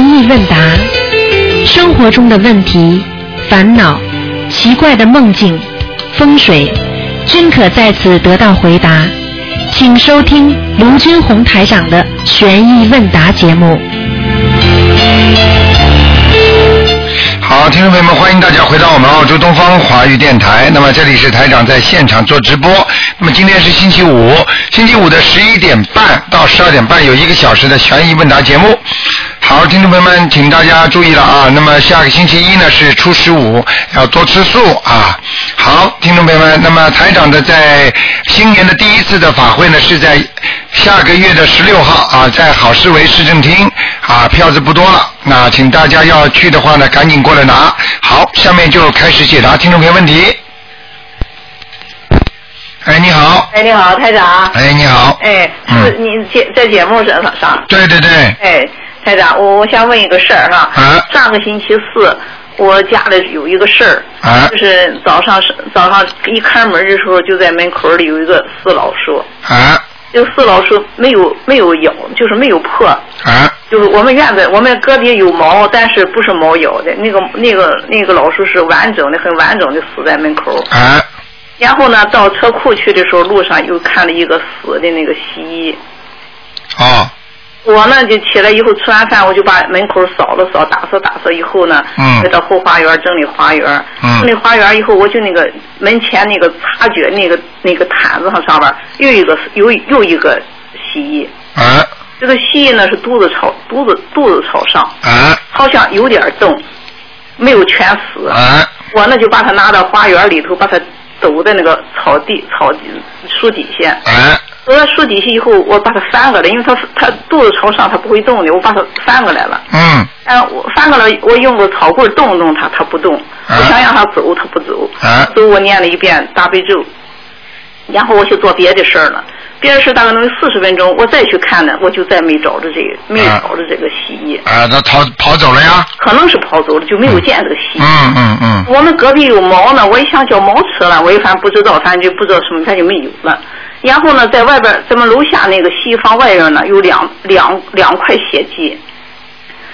意问答，生活中的问题、烦恼、奇怪的梦境、风水，均可在此得到回答。请收听卢军红台长的《悬疑问答》节目。好，听众朋友们，欢迎大家回到我们澳洲东方华语电台。那么这里是台长在现场做直播。那么今天是星期五，星期五的十一点半到十二点半有一个小时的悬疑问答节目。好，听众朋友们，请大家注意了啊！那么下个星期一呢是初十五，要多吃素啊。好，听众朋友们，那么台长的在新年的第一次的法会呢是在下个月的十六号啊，在好市委市政厅啊，票子不多了，那请大家要去的话呢，赶紧过来拿。好，下面就开始解答听众朋友问题。哎，你好，哎，你好，台长。哎，你好，哎，嗯是你节在节目上上。对对对，哎，台长，我我想问一个事儿哈。啊上个星期四，我家里有一个事儿，啊就是早上是早上一开门的时候，就在门口里有一个死老鼠，啊这个死老鼠没有没有咬，就是没有破，啊就是我们院子我们隔壁有猫，但是不是猫咬的，那个那个那个老鼠是完整的，很完整的死在门口。啊然后呢，到车库去的时候，路上又看了一个死的那个蜥蜴。哦，我呢就起来以后吃完饭，我就把门口扫了扫，打扫打扫以后呢，嗯再到后花园整理花园。嗯整理花园以后，我就那个门前那个擦脚那个那个毯子上上边又一个又又一个蜥蜴，啊这个蜥蜴呢是肚子朝肚子肚子朝上，啊好像有点动，没有全死。啊我呢就把它拿到花园里头，把它抖在那个草地草地树底下。啊我在树底下以后，我把它翻过来，因为它它肚子朝上，它不会动的，我把它翻过来了。嗯啊，我翻过来，我用个草棍动动它，它不动。我想让它走，它不走。啊所以我念了一遍大悲咒，然后我去做别的事儿了。别的事儿大概能有四十分钟，我再去看呢，我就再没找着这个，没啊找着这个蜥蜴，啊，他逃跑走了呀？可能是跑走了，就没有见这个蜥蜴。嗯嗯嗯我们隔壁有猫呢，我一想叫猫吃了，我一翻不知道，反正就不知道什么，它就没有了。然后呢，在外边儿咱们楼下那个西房外边呢，有两两两块血迹，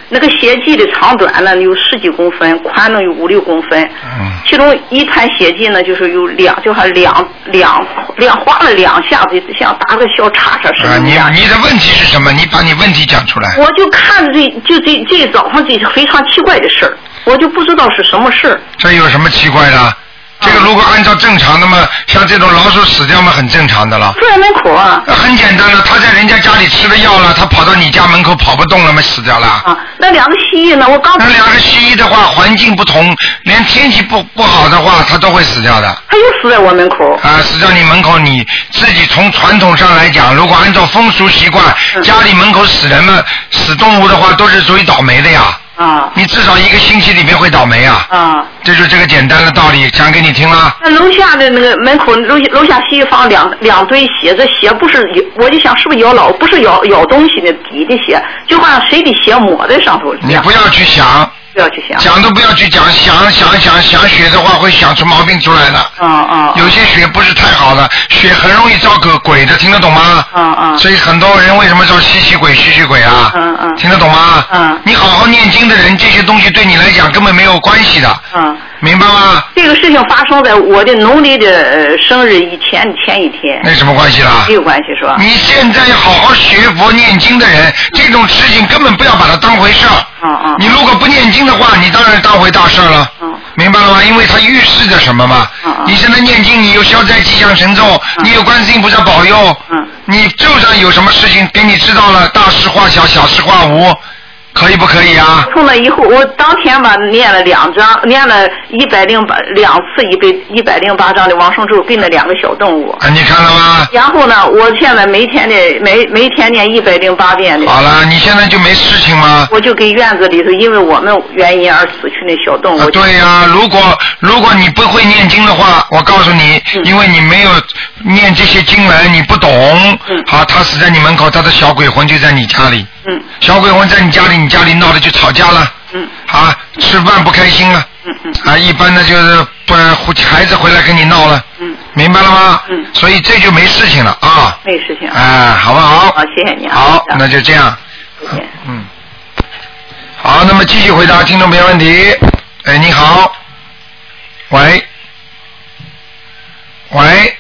那个血迹的长短呢有十几公分，宽呢有五六公分，嗯其中一滩血迹呢就是有两，就好像两两两划了两下子，像打个小叉叉似啊，的那你样。你的问题是什么？你把你问题讲出来。我就看着这就这这早上这非常奇怪的事儿，我就不知道是什么事儿。这有什么奇怪的？这个如果按照正常的嘛，像这种老鼠死掉嘛，很正常的了。住在门口啊，呃很简单的，它在人家家里吃了药了，它跑到你家门口跑不动了嘛，死掉了。啊，那两个蜥蜴呢？我刚那两个蜥蜴的话，环境不同，连天气不不好的话，它都会死掉的。它又死在我门口。啊，死掉你门口，你自己从传统上来讲，如果按照风俗习惯，嗯家里门口死人嘛，死动物的话，都是属于倒霉的呀。啊你至少一个星期里面会倒霉啊，啊！这就是这个简单的道理，讲给你听了。那楼下的那个门口，楼楼下西放两两堆血，这血不是咬，我就想是不是咬老，不是咬咬东西的底的血，就好像谁的血抹在上头一你样。不要去想，不要去想。讲都不要去讲，想想想想血的话，会想出毛病出来的。啊啊有些血不是太好的，血很容易招鬼鬼的，听得懂吗？啊啊！所以很多人为什么说吸血鬼、吸血鬼啊？嗯嗯听得懂吗？嗯你好好念经的人，这些东西对你来讲根本没有关系的，啊！明白吗？这个事情发生在我的农历的呃生日以前前一天，没什么关系啦没。有关系是吧？你现在好好学佛念经的人，这种事情根本不要把它当回事儿。嗯嗯你如果不念经的话，你当然当回大事儿了。嗯明白了吗？因为它预示着什么嘛。嗯嗯你现在念经，你有消灾吉祥神咒，嗯你有观世音菩萨保佑。嗯你就算有什么事情给你知道了，大事化小，小事化无，可以不可以啊？从那以后，我当天吧念了两张，念了一百零八两次一百一百零八张的王圣咒，跟那两个小动物。啊，你看了吗？然后呢，我现在每天的每每天念一百零八遍的，好了，你现在就没事情吗？我就给院子里头因为我们原因而死去那小动物。啊，对呀、如果如果你不会念经的话，我告诉你，嗯因为你没有念这些经文，你不懂。嗯好，他死在你门口，他的小鬼魂就在你家里，嗯小鬼魂在你家里，你家里闹的就吵架了，嗯啊，吃饭不开心了，嗯嗯啊，一般的就是不孩子回来跟你闹了，嗯，明白了吗？嗯所以这就没事情了啊，没事情。哎、好不好？好，谢谢你啊。好台，长那就这样，再见。嗯。好，那么继续回答听众朋友问题。哎，你好，喂，喂，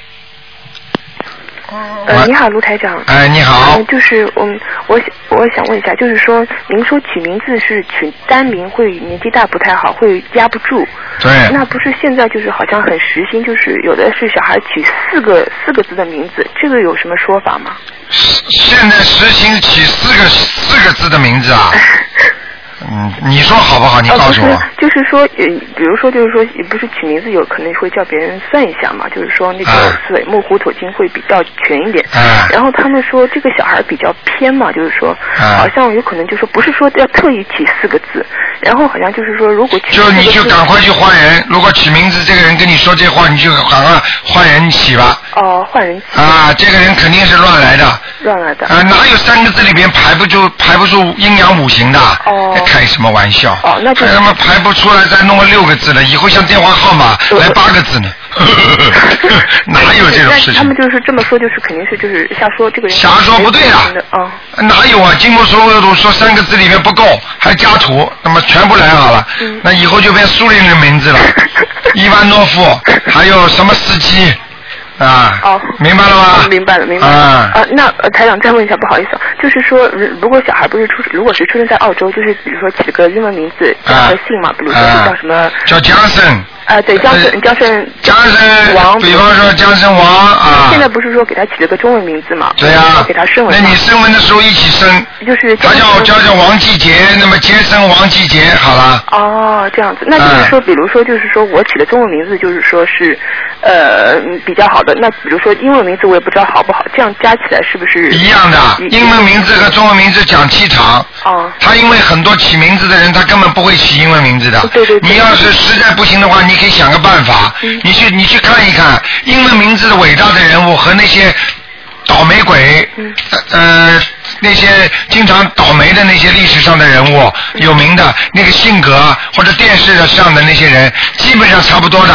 呃，喂你好，卢台长。哎，你好嗯，，就是嗯，我想我想问一下，就是说，您说取名字是取单名会年纪大不太好，会压不住。对，那不是现在就是好像很时兴，就是有的是小孩取四个四个字的名字，这个有什么说法吗？现在实行起四个四个字的名字啊，嗯，你说好不好？ 你呃，告不诉是我，，就是说，呃，比如说，就是说，不是取名字有可能会叫别人算一下嘛，就是说那个啊四尾木虎头金会比较全一点。哎、然后他们说这个小孩比较偏嘛，就是说，啊好像有可能就说不是说要特意起四个字，然后好像就是说如果起就四个你就字赶快去换人。如果起名字，这个人跟你说这话，你就赶快换人起吧。哦、换人啊，这个人肯定是乱来的，啊，乱来 的。哪有三个字里边排不出排不出阴阳五行的？哦开什么玩笑？哎哦那就是还他妈排不出来，再弄个六个字的，以后像电话号码呃来八个字 呢，哪有这种事但他情们？就是这么说，就是肯定是就是瞎说这个人。瞎说不对啊哦哪有啊？金木水火土说三个字里面不够，还加土，那么全部来好了，嗯那以后就变苏联人的名 字了，伊万诺夫，还有什么司机啊？哦， 明白了吗？嗯明白了，明白了。啊、呃那呃台长再问一下，不好意思啊，就是说，如如果小孩不是出，如果是出生在澳洲，就是比如说起个英文名字，加啊个姓嘛，比如说啊叫什么，叫江森，啊，对，江呃胜，江胜，江森，王比方说江森王啊。现在不是说给他起了个中文名字嘛？对呀、要给他升那文嘛你升文的时候一起升，就是他叫叫叫王继杰，那么接生王继杰好了。哦，这样子，那嗯就是说，比如说，就是说我起的中文名字，就是说是，呃，比较好的。那比如说英文名字，我也不知道好不好，这样加起来是不是一样的，一英文名字和中文名字讲气场。哦他因为很多起名字的人，他根本不会起英文名字的。对对对嗯你要是实在不行的话，你可以想个办法。你去你去看一看，英文名字的伟大的人物和那些倒霉鬼，嗯呃，那些经常倒霉的那些历史上的人物，嗯有名的那个性格或者电视上的那些人，基本上差不多的。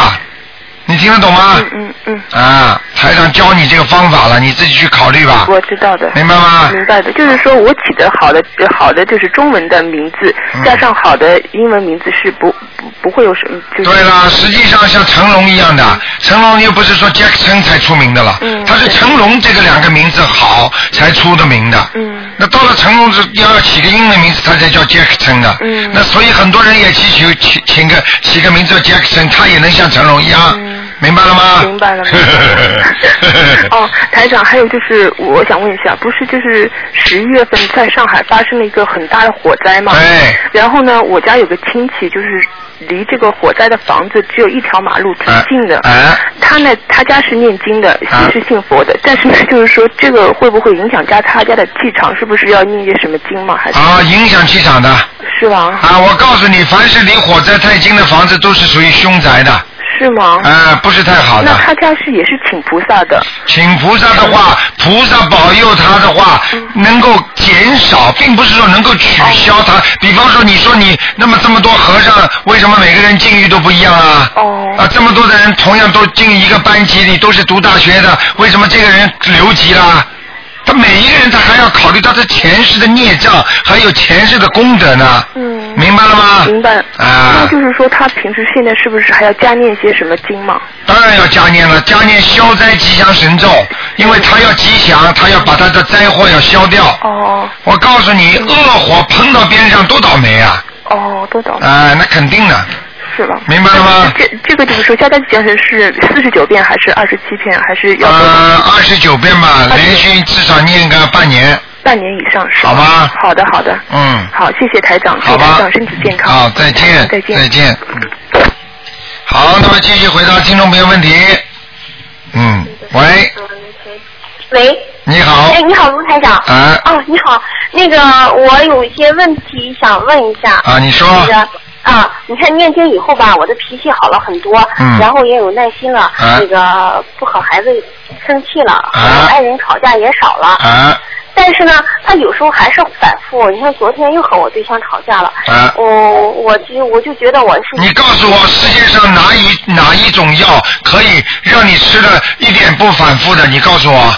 你听得懂吗？嗯嗯嗯，啊，台长教你这个方法了，你自己去考虑吧。我知道的。啊明白吗？明白的，就是说我起的好的好的就是中文的名字，嗯加上好的英文名字是不不不会有什么，就是对啦，实际上像成龙一样的，成龙又不是说 Jackson 才出名的了，嗯他是对成龙这个两个名字好才出的名的。嗯那到了成龙之要起个英文名字，他才叫 Jackson 的。嗯那所以很多人也去求起请个起个名字叫 Jackson，他也能像成龙一样，嗯明白了吗？。明白了，明白了 哦，台长，还有就是，我想问一下，不是就是十一月份在上海发生了一个很大的火灾吗？对。然后呢，我家有个亲戚，就是离这个火灾的房子只有一条马路，挺哎近的。哎他呢，他家是念经的，啊信是信佛的，但是呢，就是说这个会不会影响家他家的气场？是不是要念些什么经吗？还是、啊，影响气场的是吗？啊！我告诉你，凡是离火灾太近的房子，都是属于凶宅的，是吗？啊，不是太好的。哦那他家是也是请菩萨的，请菩萨的话，嗯菩萨保佑他的话，能够减少，并不是说能够取消哦他。比方说，你说你那么这么多和尚，为什么每个人境遇都不一样啊？哦啊，这么多的人同样都进一个班级里，都是读大学的，为什么这个人留级啦？他每一个人他还要考虑到他前世的孽障，还有前世的功德呢。嗯明白了吗？明白。啊那，就是说，他平时现在是不是还要加念一些什么经嘛？当然要加念了，加念消灾吉祥神咒，因为他要吉祥，他要把他的灾祸要消掉。哦我告诉你，恶火碰到边上都倒霉啊！哦，都懂啊、那肯定的，是了。明白了吗？这这个就是说，加加吉祥神是四十九遍还是二十七遍，还是要呃，二十九遍吧， 29连续至少念个半年，半年以上是好吗？好的，好的。嗯，好，谢谢台长，祝好吧台长身体健康。好，再见，再见。再见。好，那么继续回答听众朋友问题。嗯，喂，喂，你好哎，，你好，卢台长。哎哦啊哦，你好，那个我有一些问题想问一下。啊，你说，哎那个啊，你看念经以后吧，我的脾气好了很多，嗯然后也有耐心了，啊那个不和孩子生气了，啊和爱人吵架也少了。啊但是呢，他有时候还是反复。你看，昨天又和我对象吵架了。啊，我我就我就觉得我是你告诉我世界上哪一哪一种药可以让你吃的一点不反复的？你告诉我。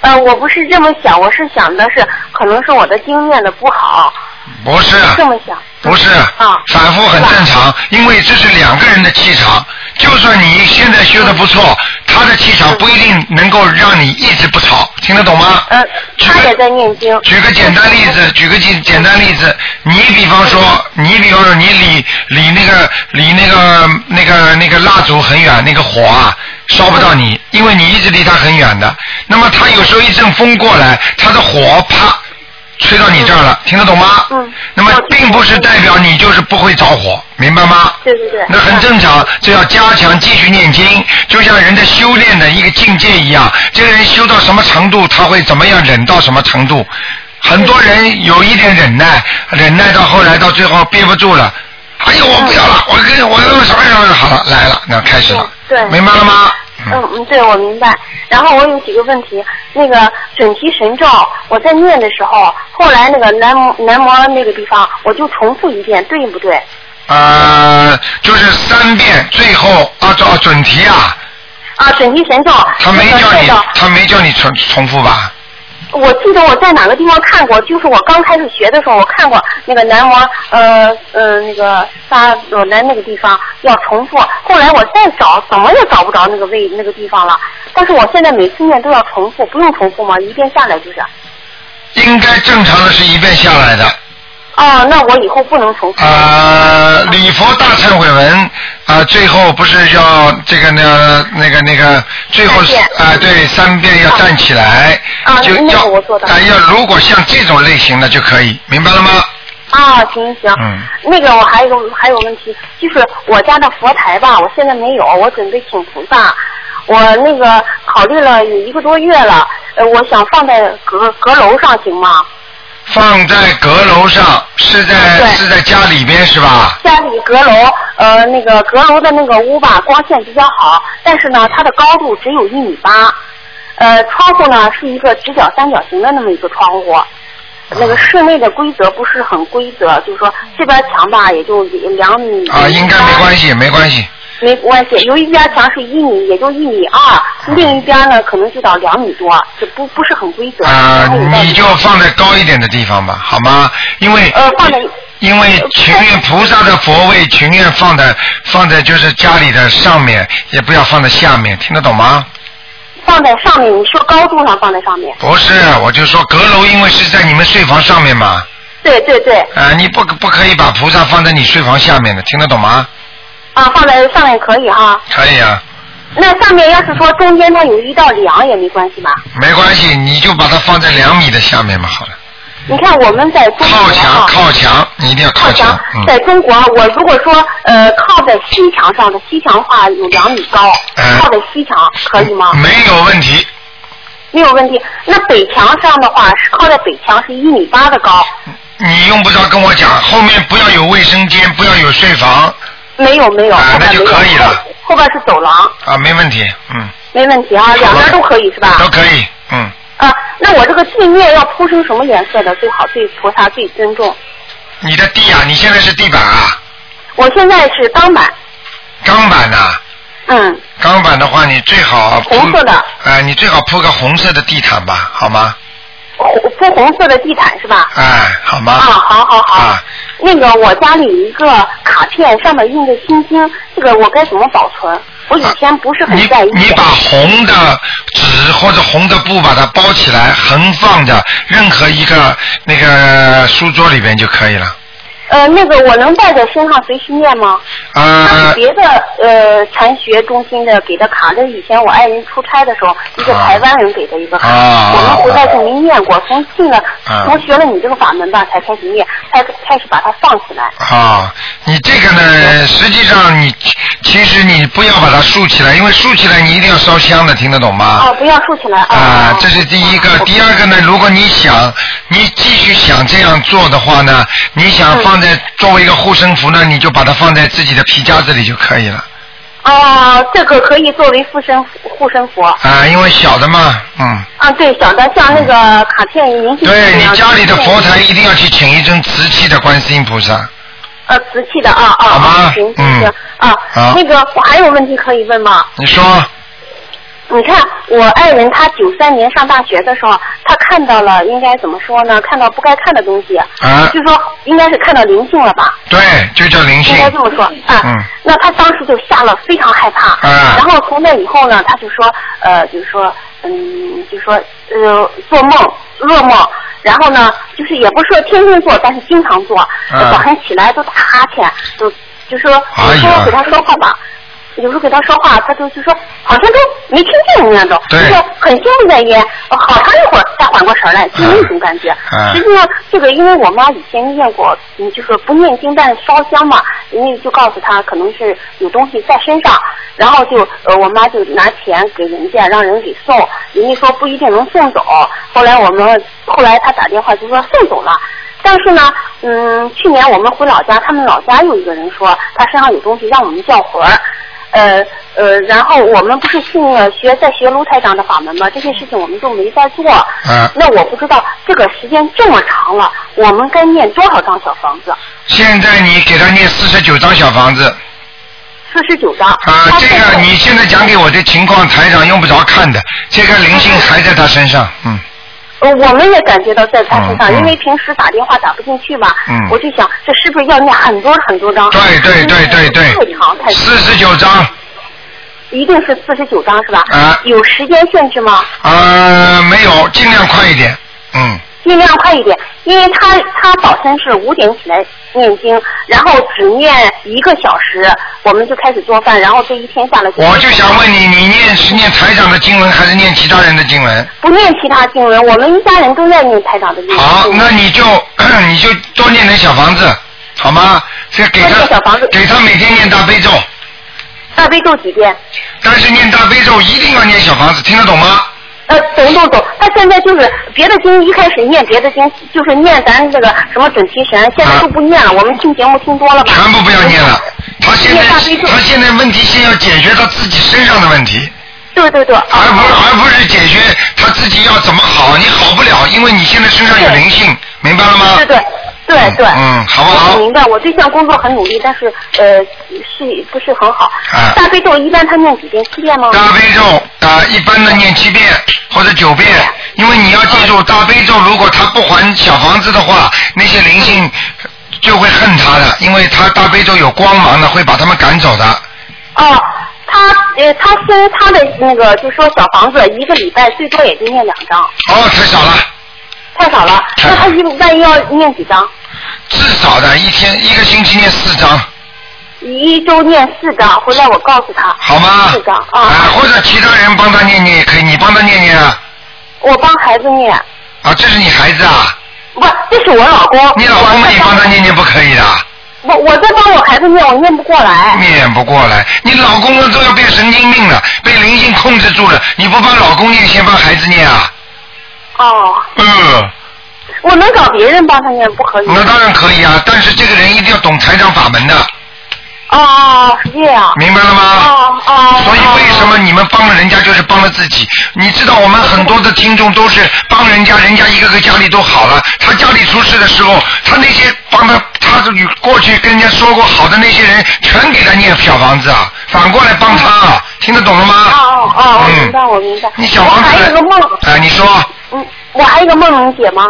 呃，我不是这么想，我是想的是，可能是我的经念的不好，不是，这么想。不是啊，反复很正常，因为这是两个人的气场。就算你现在修的不错，嗯他的气场不一定能够让你一直不吵，听得懂吗？嗯，举他也在个念经。嗯举个简单例子，举个简简单例子，你比方说，你比方说你离离那个离那个那个那个蜡烛很远，那个火啊烧不到嗯你，因为你一直离它很远的。那么它有时候一阵风过来，它的火啪吹到你这儿了，听得懂吗？嗯那么并不是代表你就是不会着火，明白吗？对对对那很正常，这要加强继续念经，就像人的修炼的一个境界一样，这个人修到什么程度，他会怎么样忍到什么程度。很多人有一点忍耐，忍耐到后来到最后憋不住了，哎呦我不要了，我跟我要什么什么好了来了，那开始了，嗯对对明白了吗？嗯嗯，对，我明白。然后我有几个问题，那个准提神咒，我在念的时候，后来那个南摩南摩那个地方，我就重复一遍，对不对？呃，就是三遍，最后啊，找准提啊，啊，准提神咒，他没那个叫那你个，他没叫你重重复吧？我记得我在哪个地方看过，就是我刚开始学的时候，我看过那个南摩呃呃那个沙罗南那个地方要重复，后来我再找怎么也找不着那个位那个地方了。但是我现在每次念都要重复，不用重复吗？一遍下来就是。应该正常的是一遍下来的。哦，那我以后不能重复。呃，礼佛大忏悔文啊、最后不是要这个呢，那个那个，最后是三啊、遍对，三遍要站起来，啊就那个要我做到啊、要如果像这种类型的就可以，明白了吗？啊，行行，嗯那个我还有个还有问题，就是我家的佛台吧，我现在没有，我准备请菩萨。我那个考虑了有一个多月了，呃，我想放在阁阁楼上行吗？放在阁楼上，是在、啊对是在家里边是吧？家里阁楼，呃，那个阁楼的那个屋吧，光线比较好，但是呢，它的高度只有一米八，呃，窗户呢是一个直角三角形的那么一个窗户。那个室内的规则不是很规则，就是说这边墙吧也就两米啊，应该没关系，没关系。没关系，有一边墙是一米，也就一米二，另一边呢可能就到两米多，这不不是很规则。啊、然后我再你就放在高一点的地方吧，好吗？因为呃放在因为情愿菩萨的佛位，情愿放在放在就是家里的上面，也不要放在下面，听得懂吗？放在上面，你说高度上放在上面。不是，我就说阁楼，因为是在你们睡房上面嘛，对对对，啊、你不不可以把菩萨放在你睡房下面的，听得懂吗？啊，放在上面可以哈。可以啊，那上面要是说中间它有一道梁也没关系吧？没关系，你就把它放在两米的下面嘛，好了。你看我们在中国靠墙，哈，靠墙，你一定要靠墙。嗯。在中国，我如果说呃靠在西墙上的，西墙的话有两米高，嗯靠在西墙可以吗？没有问题，没有问题。那北墙上的话是靠在北墙是一米八的高，你用不着跟我讲，后面不要有卫生间，不要有睡房没有没有，啊后边那就没有可以了。后边是走廊，啊，没问题，嗯，没问题啊，两边都可以是吧？都可以，嗯，啊，那我这个地面要铺成什么颜色的最好？对菩萨最尊重。你的地啊，你现在是地板啊，我现在是钢板，钢板呐、啊嗯，钢板的话，你最好铺红色的啊、你最好铺个红色的地毯吧，好吗？红铺红色的地毯是吧？哎，好吗？啊，好好好。啊那个我家里有一个卡片，上面印着心经，这个我该怎么保存？我以前不是很你在意。你把红的纸或者红的布把它包起来，横放着任何一个那个书桌里边就可以了。呃，那个我能带在身上随时念吗？它呃是，别的呃禅学中心的给的卡，那以前我爱人出差的时候，一个啊台湾人给的一个卡，啊我们回来就没念过。从进了，啊从学了你这个法门吧，才开始念，才开始把它放起来。啊、你这个呢，实际上你其实你不要把它竖起来，因为竖起来你一定要烧香的，听得懂吗？啊，不要竖起来啊，这是第一个。第二个呢，如果你想你继续想这样做的话呢，你想放在作为一个护身符呢，你就把它放在自己的皮夹子里就可以了。哦，这个可以作为护身符护身符。啊，因为小的嘛，嗯，啊，对，小的像那个卡片明信片对一你样家里的对佛台一定要去请一尊瓷器的观世音菩萨。呃瓷器的啊啊好吗啊，行行嗯行啊好，啊那个我还有问题可以问吗？你说，你看我爱人他九三年上大学的时候，他看到了应该怎么说呢？看到不该看的东西，啊，就说应该是看到灵性了吧？对，就叫灵性应。该这么说啊。嗯那他当时就吓了，非常害怕。啊然后从那以后呢，他就说，呃，就说，嗯，就说，呃，做梦，噩梦。然后呢，就是也不是说天天做，但是经常做。啊早上起来都打哈欠，就就说有时哎呀候给他说话吧，有时候给他说话，他就就说好像都没听见一样的，就对是很心不在焉。呃好长一会儿才缓过神儿来，就那种感觉。啊实际上，这个因为我妈以前念过，嗯，就是不念经，但是烧香嘛，人家就告诉她可能是有东西在身上，然后就呃，我妈就拿钱给人家，让人给送，人家说不一定能送走。后来我们后来她打电话就说送走了。但是呢，嗯，去年我们回老家，他们老家有一个人说他身上有东西，让我们叫魂儿。呃呃，然后我们不是信了学在学卢台长的法门吗？这件事情我们就没再做。啊，那我不知道这个时间这么长了，我们该念多少张小房子？现在你给他念四十九张小房子。四十九张。啊，他这现个在你现在讲给我这情况，台长用不着看的，这个灵性还在他身上，嗯，呃我们也感觉到在他身上，嗯嗯因为平时打电话打不进去嘛，嗯我就想这是不是要念很多很多张？对对对对太长太对，四十九张，一定是四十九张是吧？啊有时间限制吗？呃，没有，尽量快一点，嗯，尽量快一点，因为他他早晨是五点起来念经，然后只念一个小时，我们就开始做饭，然后这一天下来就我就想问你，你念是念台长的经文还是念其他人的经文？不念其他经文，我们一家人都在念台长的经文。好，那你就 你就多念点小房子，好吗？这给多他念小房子给他每天念大悲咒，大悲咒几遍？但是念大悲咒一定要念小房子，听得懂吗？呃，懂懂懂。他现在就是别的经一开始念别的经，就是念咱这个什么准提神，现在都不念了。我们听节目听多了啊吧？全部不要念了。他现在念大悲咒他现在问题先要解决他自己身上的问题，对对对。哦而不而不是解决他自己要怎么好，你好不了，因为你现在身上有灵性，明白了吗？对对对对，啊嗯嗯好不好我明白，我对象工作很努力，但是呃，是不是很好？啊大悲咒一般他念几遍？七遍吗？大悲咒啊、一般的念七遍或者九遍，因为你要记住，大悲咒如果他不还小房子的话，那些灵性就会恨他的，因为他大悲咒有光芒的，会把他们赶走的。哦，他呃，他先他的那个就说小房子一个礼拜最多也就念两张，哦，太少了，太少了。太那少他一万一要念几张？至少的一天一个星期念四张，一周念四张，回来我告诉他。好吗？四张啊、啊，或者其他人帮他念念也可以，你帮他念念啊。我帮孩子念，啊，这是你孩子啊，不，这是我老公。你老公你帮他念念不可以的，我我在帮我孩子念，我念不过来。念不过来，你老公都要变神经病了，被灵性控制住了，你不帮老公念，先帮孩子念啊？哦，嗯，我能找别人帮他念，不可以吗。那当然可以啊，但是这个人一定要懂财长法门的，哦哦，是这样。明白了吗？哦哦。所以为什么你们帮了人家就是帮了自己？你知道我们很多的听众都是帮人家，人家一个个家里都好了，他家里出事的时候，他那些帮他，他与过去跟人家说过好的那些人，全给他念小房子啊，反过来帮他啊，听得懂了吗？哦哦哦，我嗯明白，我明白。你小房我还有子个梦，哎，你说，嗯，我还有个梦，能解吗？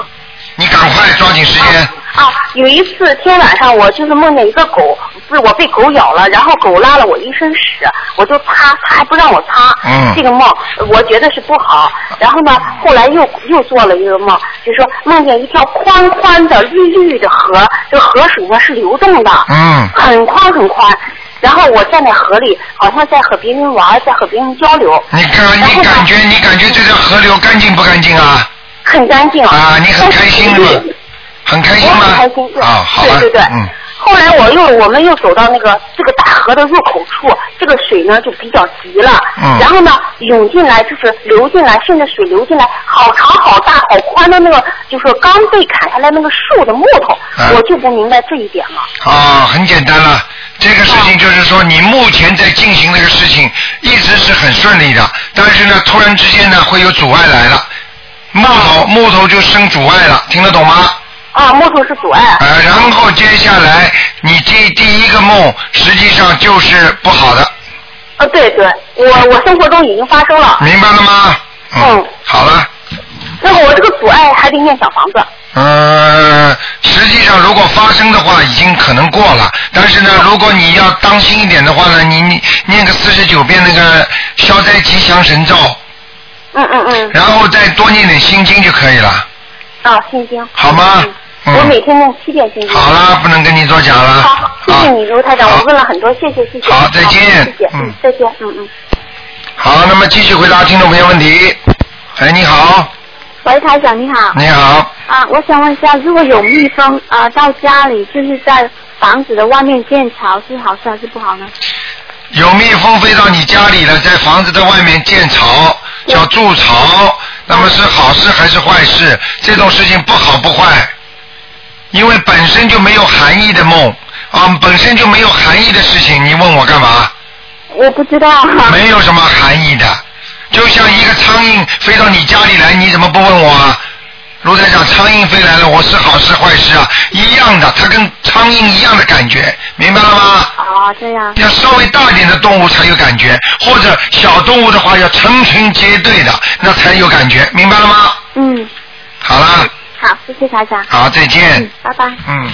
你赶快抓紧时间。啊，有一次天晚上我就是梦见一个狗，不是我被狗咬了，然后狗拉了我一身屎，我就擦，它还不让我擦。嗯这个梦我觉得是不好。然后呢，后来又又做了一个梦，就说梦见一条宽宽的绿绿的河，这个河水呢是流动的。嗯很宽很宽，然后我站在河里，好像在和别人玩，在和别人交流，你看，然你后呢感觉你感觉这条河流干净不干净啊？很干净。啊，你很开心是但吧是？很开心我吗很开心，？对，啊，好对了，对对。嗯。后来我又我们又走到那个这个大河的入口处，这个水呢就比较急了，嗯然后呢涌进来就是流进来，顺着水流进来，好长好大好宽的那个就是刚被砍下来那个树的木头，啊我就不明白这一点了。啊，很简单了。这个事情就是说，你目前在进行这个事情一直是很顺利的，但是呢，突然之间呢会有阻碍来了，木头木头就生阻碍了，听得懂吗？啊，木头是阻碍。呃，然后接下来你这第一个梦实际上就是不好的，呃，对对，我我生活中已经发生了。明白了吗？嗯，好了，嗯那么我这个阻碍还得念小房子。呃，实际上如果发生的话，已经可能过了。但是呢，如果你要当心一点的话呢，你你念个四十九遍那个消灾吉祥神咒，嗯嗯嗯。然后再多念点心经就可以了，啊，心经。好吗？我嗯每，天念七遍心经。好啦，不能跟你多讲了。好，谢谢你，卢台长，啊好我问了很多，谢谢谢谢。好再见谢谢，嗯嗯，再见，嗯嗯。好，那么继续回答听众朋友问题。哎，你好，喂，台长你好。你好，啊，我想问一下，如果有蜜蜂啊、到家里，就是在房子的外面建巢，是好事还是不好呢？有蜜蜂飞到你家里了，在房子的外面建巢，叫筑巢，那么是好事还是坏事？这种事情不好不坏，因为本身就没有含义的梦啊，本身就没有含义的事情，你问我干嘛？我不知道哈、没有什么含义的，就像一个苍蝇飞到你家里来，你怎么不问我啊？卢台长，苍蝇飞来了，我是好事坏事啊？一样的，它跟苍蝇一样的感觉，明白了吗？啊，这样要稍微大一点的动物才有感觉，或者小动物的话要成群结队的，那才有感觉，明白了吗？嗯，好啦，好，谢谢台长，好，再见。嗯，拜拜。嗯。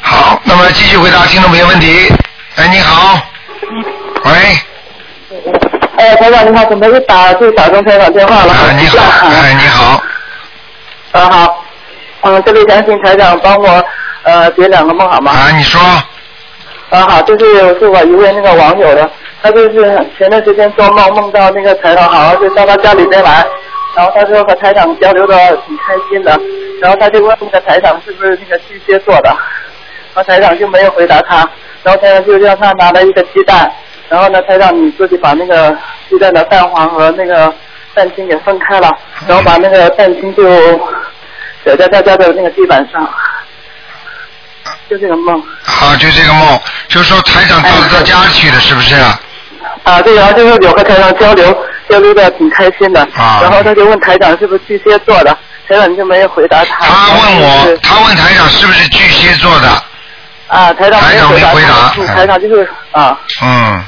好，那么继续回答听众朋友问题。哎，你好。喂。哎，台长你好，准备一打就打通台长电话了。啊，你好， 哎，你好，啊好，嗯，这里想请台长帮我呃解两个梦好吗？啊，你说，啊好，就是是我一位那个网友的，他就是前段时间做梦梦到那个台长好像是到他家里边来，然后他说和台长交流的挺开心的，然后他就问那个台长是不是那个巨蟹座的，然后台长就没有回答他，然后台长就让他拿了一个鸡蛋，然后呢台长你自己把那个鸡蛋的蛋黄和那个蛋清给分开了，然后把那个蛋清就写在大家的那个地板上，就这个梦。啊，就这个梦，就说台长到到家里去了，是不是啊？啊，对，然后就是有和台长交流，交流的挺开心的。啊然后他就问台长是不是巨蟹座的，台长就没有回答他。他问就我是，他问台长是不是巨蟹座的？啊，台长没有回答他，台长没回答嗯台长就是啊，嗯，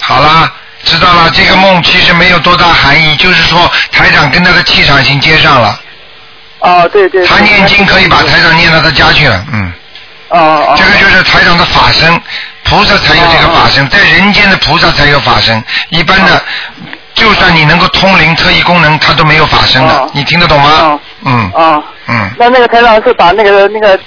好啦，知道了。这个梦其实没有多大含义，就是说台长跟他的气场已经接上了。哦，对对。他对念经可以把台。长念到他家去了，嗯，哦哦。这个就是台长的法身，菩萨才有这个法身，哦在人间的菩萨才有法身，一般的，就算你能够通灵特异功能，他都没有法身的哦，你听得懂吗哦？嗯哦，嗯，那那个台长是把那个那个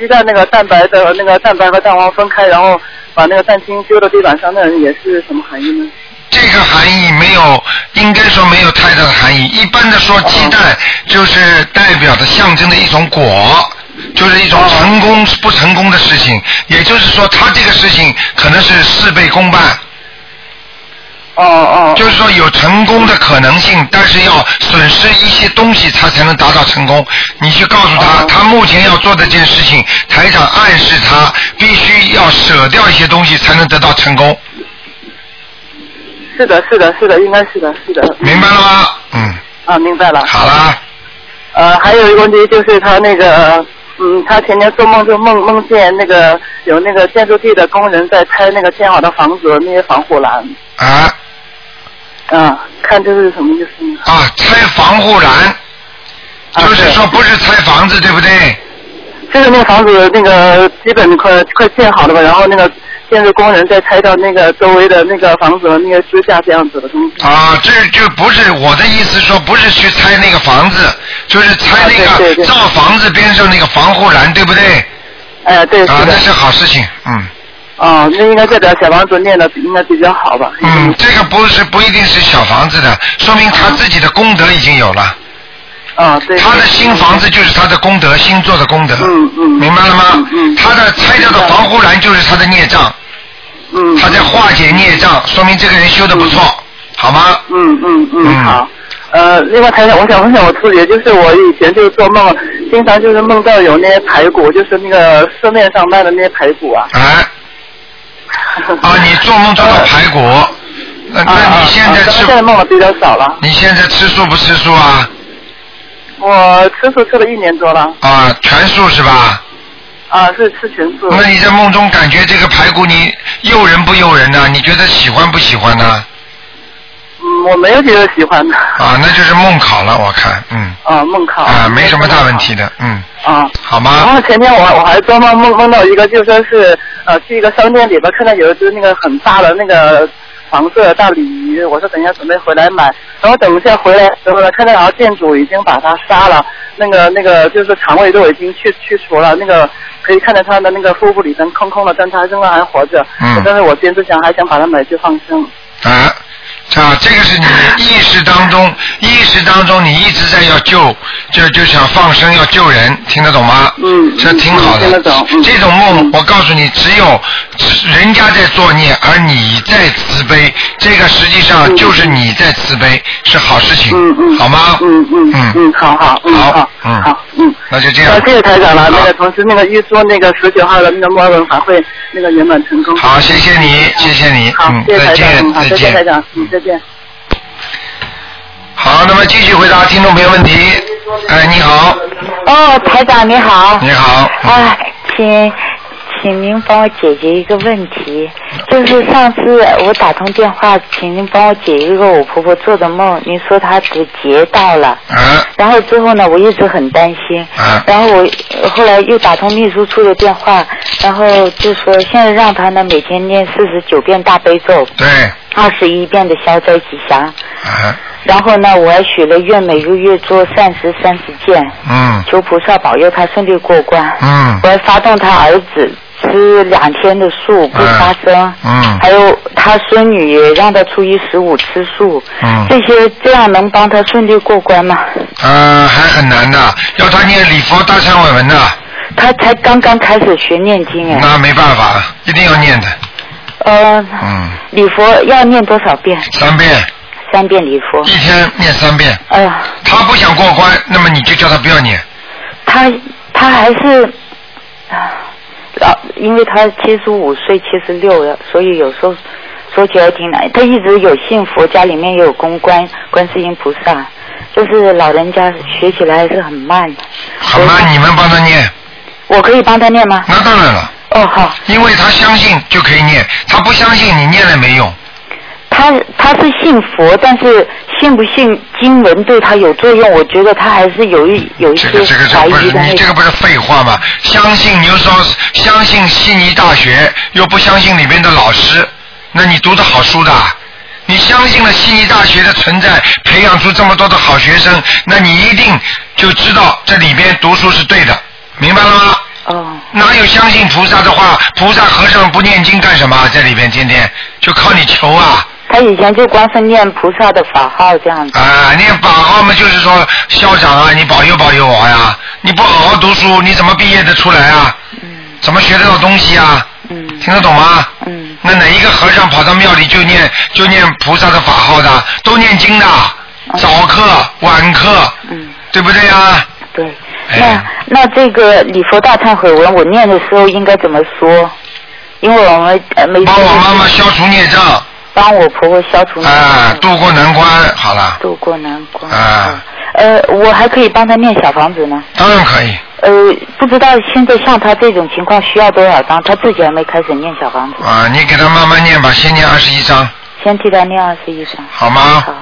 鸡蛋那个蛋白的那个蛋白和蛋黄分开，然后把那个蛋清丢到地板上，那也是什么含义呢？这个含义没有，应该说没有太大的含义。一般的说，鸡蛋就是代表的象征的一种果，就是一种成功不成功的事情。也就是说，他这个事情可能是事倍功半，哦哦。就是说有成功的可能性，但是要损失一些东西，他才能达到成功。你去告诉他，哦他目前要做这件事情，台长暗示他必须要舍掉一些东西，才能得到成功。是的，是的，是的，应该是的，是的。明白了吗？嗯，啊，明白了。好啦。呃，还有一个问题就是他那个，嗯，他前天做梦就梦梦见那个有那个建筑地的工人在拆那个建好的房子的那些防护栏，啊。嗯，看这是什么意思呢？啊，拆防护栏，啊就是对说不是拆房子，对不对？就是那个房子那个基本快快建好了吧，然后那个建筑工人在拆掉那个周围的那个房子的那个支架这样子的东西。啊，这就不是我的意思，说不是去拆那个房子，就是拆那啊对个对对造房子边上那个防护栏，对不对？哎，对，是啊，的那，是好事情，嗯哦，那应该代表小房子念的应该比较好吧？嗯，这个不是不一定是小房子的，说明他自己的功德已经有了，啊，嗯对。他的对新房子就是他的功德，新做的功德，嗯嗯明白了吗嗯？嗯他的拆掉的防护栏就是他的孽障，嗯，他在化解孽障，说明这个人修的不错，好吗？嗯嗯嗯嗯，好。呃，另外台长，我想问一下我自己，就是我以前就是做梦，经常就是梦到有那些排骨，就是那个市面上卖的那些排骨啊。哎。啊，你做梦做到 排骨，那啊那你现在啊吃啊现在梦的比较少了，你现在吃素不吃素啊？我吃素吃了一年多了。啊，全素是吧？啊，是吃全素。那你在梦中感觉这个排骨你诱人不诱人呢、你觉得喜欢不喜欢呢、嗯，我没有觉得喜欢的。啊，那就是梦考了，我看，嗯，啊，梦考。啊，没什么大问题的，嗯，啊。好然吗？后前天我还我还做梦梦梦到一个，就说是呃去一个商店里边看到有一只那个很大的那个黄色的大鲤鱼，我说等一下准备回来买，然后等一下回来的时候呢，看到然后店主已经把它杀了，那个那个就是肠胃都已经去去除了，那个可以看到它的那个腹部里层空空的，但它仍然还活着。嗯但是我今天之前还想把它买去放生。啊，啊，这个是你意识当中，意识当中你一直在要救，就就想放生要救人，听得懂吗？嗯这挺好的嗯听得懂。嗯这种梦，我告诉你，只有只人家在作孽，而你在慈悲，这个实际上就是你在慈悲，是好事情，嗯嗯。好吗？嗯嗯嗯嗯，好好嗯好好嗯好嗯。那就这样那。谢谢台长了，好那个同时那个预祝那个十九号的那个墨尔本法会那个圆满成功。好，谢谢你，谢谢你，好嗯，，谢再谢台长，见，嗯好，再谢谢台见。长，嗯，再见。好，那么继续回答听众朋友问题。哎，你好，哦，台长你好。你好。嗯啊，请请您帮我解决一个问题，就是上次我打通电话，请您帮我解一个我婆婆做的梦，您说她的劫到了。啊然后之后呢，我一直很担心。啊然后我呃后来又打通秘书处的电话，然后就说现在让她呢每天念四十九遍大悲咒，对，二十一遍的消灾吉祥。啊，然后呢，我还许了愿，每个月做善事三十件，嗯求菩萨保佑她顺利过关。嗯我还发动他儿子吃两天的素不杀生，啊嗯还有他孙女也让他初一十五吃素，嗯。这些这样能帮他顺利过关吗？呃，还很难的，要他念礼佛大忏悔文的，他才刚刚开始学念经哎，那没办法，一定要念的。呃，嗯，礼佛要念多少遍？三遍，三遍礼佛。一天念三遍。哎呀，他不想过关，那么你就叫他不要念。他他还是。啊老，因为他七十五岁、七十六了，所以有时候说起来挺难。他一直有信佛，家里面也有公关观世音菩萨，就是老人家学起来还是很慢的。好吗？嗯你们帮他念，我可以帮他念吗？那当然了，哦，好，因为他相信就可以念，他不相信你念了没用。他他是信佛，但是信不信经文对他有作用，我觉得他还是有一有一些这个这个这怀个不疑是的那你这个种。不是废话吗？相信你又说相信悉尼大学，又不相信里面的老师，那你读的好书的啊？你相信了悉尼大学的存在，培养出这么多的好学生，那你一定就知道这里边读书是对的，明白了吗？哦，哪有相信菩萨的话？菩萨和尚不念经干什么啊？在里边天天就靠你求啊！他以前就光是念菩萨的法号这样子。啊，念法号嘛，就是说校长啊，你保佑保佑我呀！你不好好读书，你怎么毕业的出来啊？嗯怎么学得到东西啊？嗯听得懂吗？嗯，那哪一个和尚跑到庙里就念就念菩萨的法号的，都念经的，早课晚课，嗯，对不对啊？对。那哎，那这个礼佛大忏悔文，我念的时候应该怎么说？因为我们呃每次帮我妈妈消除孽障帮我婆婆消除啊，难渡过难关，好了，渡过难关。啊呃，我还可以帮她念小房子呢。当然可以。呃，不知道现在像她这种情况需要多少张？她自己还没开始念小房子，啊，你给他慢慢念吧，先念二十一章，先替她念二十一张。好吗好？，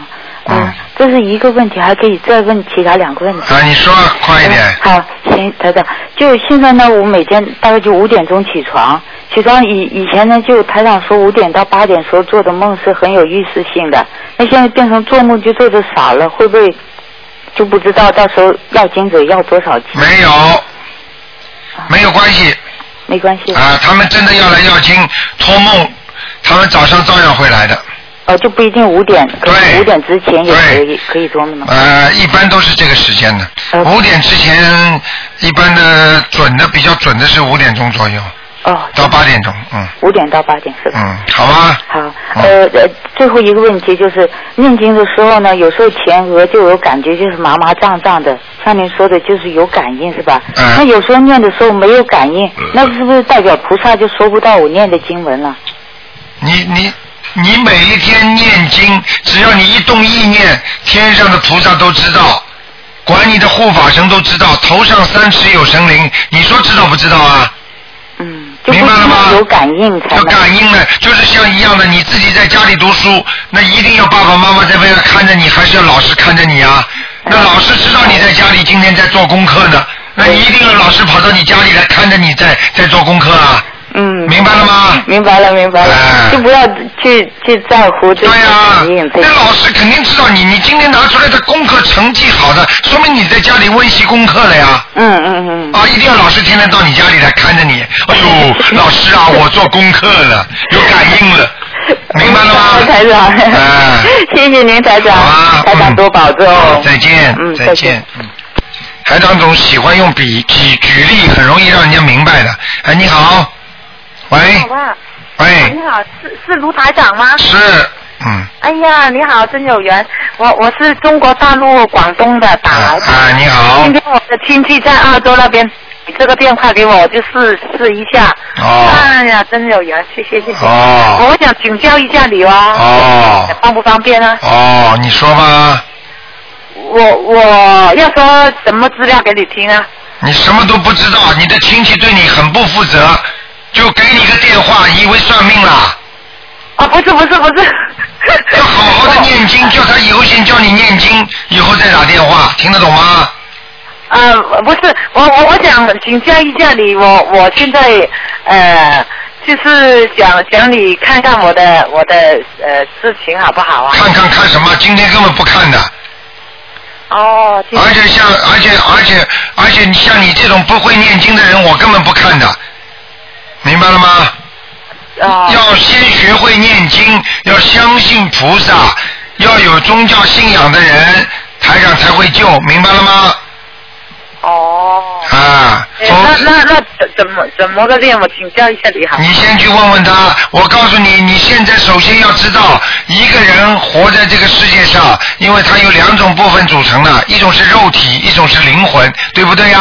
嗯嗯，这是一个问题，还可以再问其他两个问题。啊，你说快一点。嗯好，行，台长，就现在呢，我每天大概就五点钟起床，起床以以前呢，就台长说五点到八点时候做的梦是很有预示性的，那现在变成做梦就做的少了，会不会就不知道到时候要经者要多少斤？没有，没有关系没关系，啊，他们真的要来要经，托梦，他们早上照样会来的。哦，就不一定五点，可对能五点之前也可对以可以做梦。呃，一般都是这个时间的，呃五点之前，一般的准的比较准的是五点钟左右哦，到八点钟，嗯五点到八点是吧？嗯，好吧，好，嗯呃呃，最后一个问题就是念经的时候呢，有时候前额就有感觉，就是麻麻胀胀的，像您说的，就是有感应是吧？嗯那有时候念的时候没有感应，那是不是代表菩萨就收不到我念的经文了？你你你每一天念经，只要你一动意念，天上的菩萨都知道。管你的护法神都知道，头上三尺有神灵，你说知道不知道啊？嗯就不明白了吗是有感应要才能。感应呢，就是像一样的，你自己在家里读书，那一定要爸爸妈妈在外面看着你，还是要老师看着你啊？那老师知道你在家里今天在做功课呢，那你一定要老师跑到你家里来看着你在在做功课啊？嗯，明白了吗？明白了，明白了，哎就不要去去在乎对这啊个呀、感应这那个。老师肯定知道你，你今天拿出来的功课成绩好的，说明你在家里温习功课了呀。嗯嗯嗯，啊，一定要老师天天到你家里来看着你。哎呦，老师啊，我做功课了，有感应了，明白了 吗？台长， 哎谢谢您，台长好啊，，台长嗯多保重好。再见，嗯，再再见。，嗯。台长总喜欢用比举举例，很容易让人家明白的。哎，你好，喂好，吧，喂你，好，是是卢台长吗？是，嗯，哎呀，你好，真有缘。我我是中国大陆广东的打啊来的。啊，你好今，天我的亲戚在澳洲那边，这个电话给我，我就试试一下。哦，哎呀，真有缘，谢谢谢谢。哦，我想请教一下你哦，哦，方不方便啊？哦，你说吧，我我要说什么资料给你听啊？你什么都不知道，你的亲戚对你很不负责，就给你个电话，以为算命啦。啊，不是不是不是。要好好的念 经，叫他以后先教你念经，以后再打电话，听得懂吗？呃，不是，我我我想请教一下你，我我现在呃，就是想想你看看我的我的呃事情好不好啊？看看看什么？今天根本不看的，哦，今而且像而且而且而且你像你这种不会念经的人，我根本不看的，明白了吗？哦要先学会念经，要相信菩萨，要有宗教信仰的人，台长才会救，明白了吗？哦，啊，哎从那那那怎怎么怎么个练？我请教一下你好吗。你先去问问他，我告诉你，你现在首先要知道，一个人活在这个世界上，因为他有两种部分组成的，一种是肉体，一种是灵魂，对不对呀？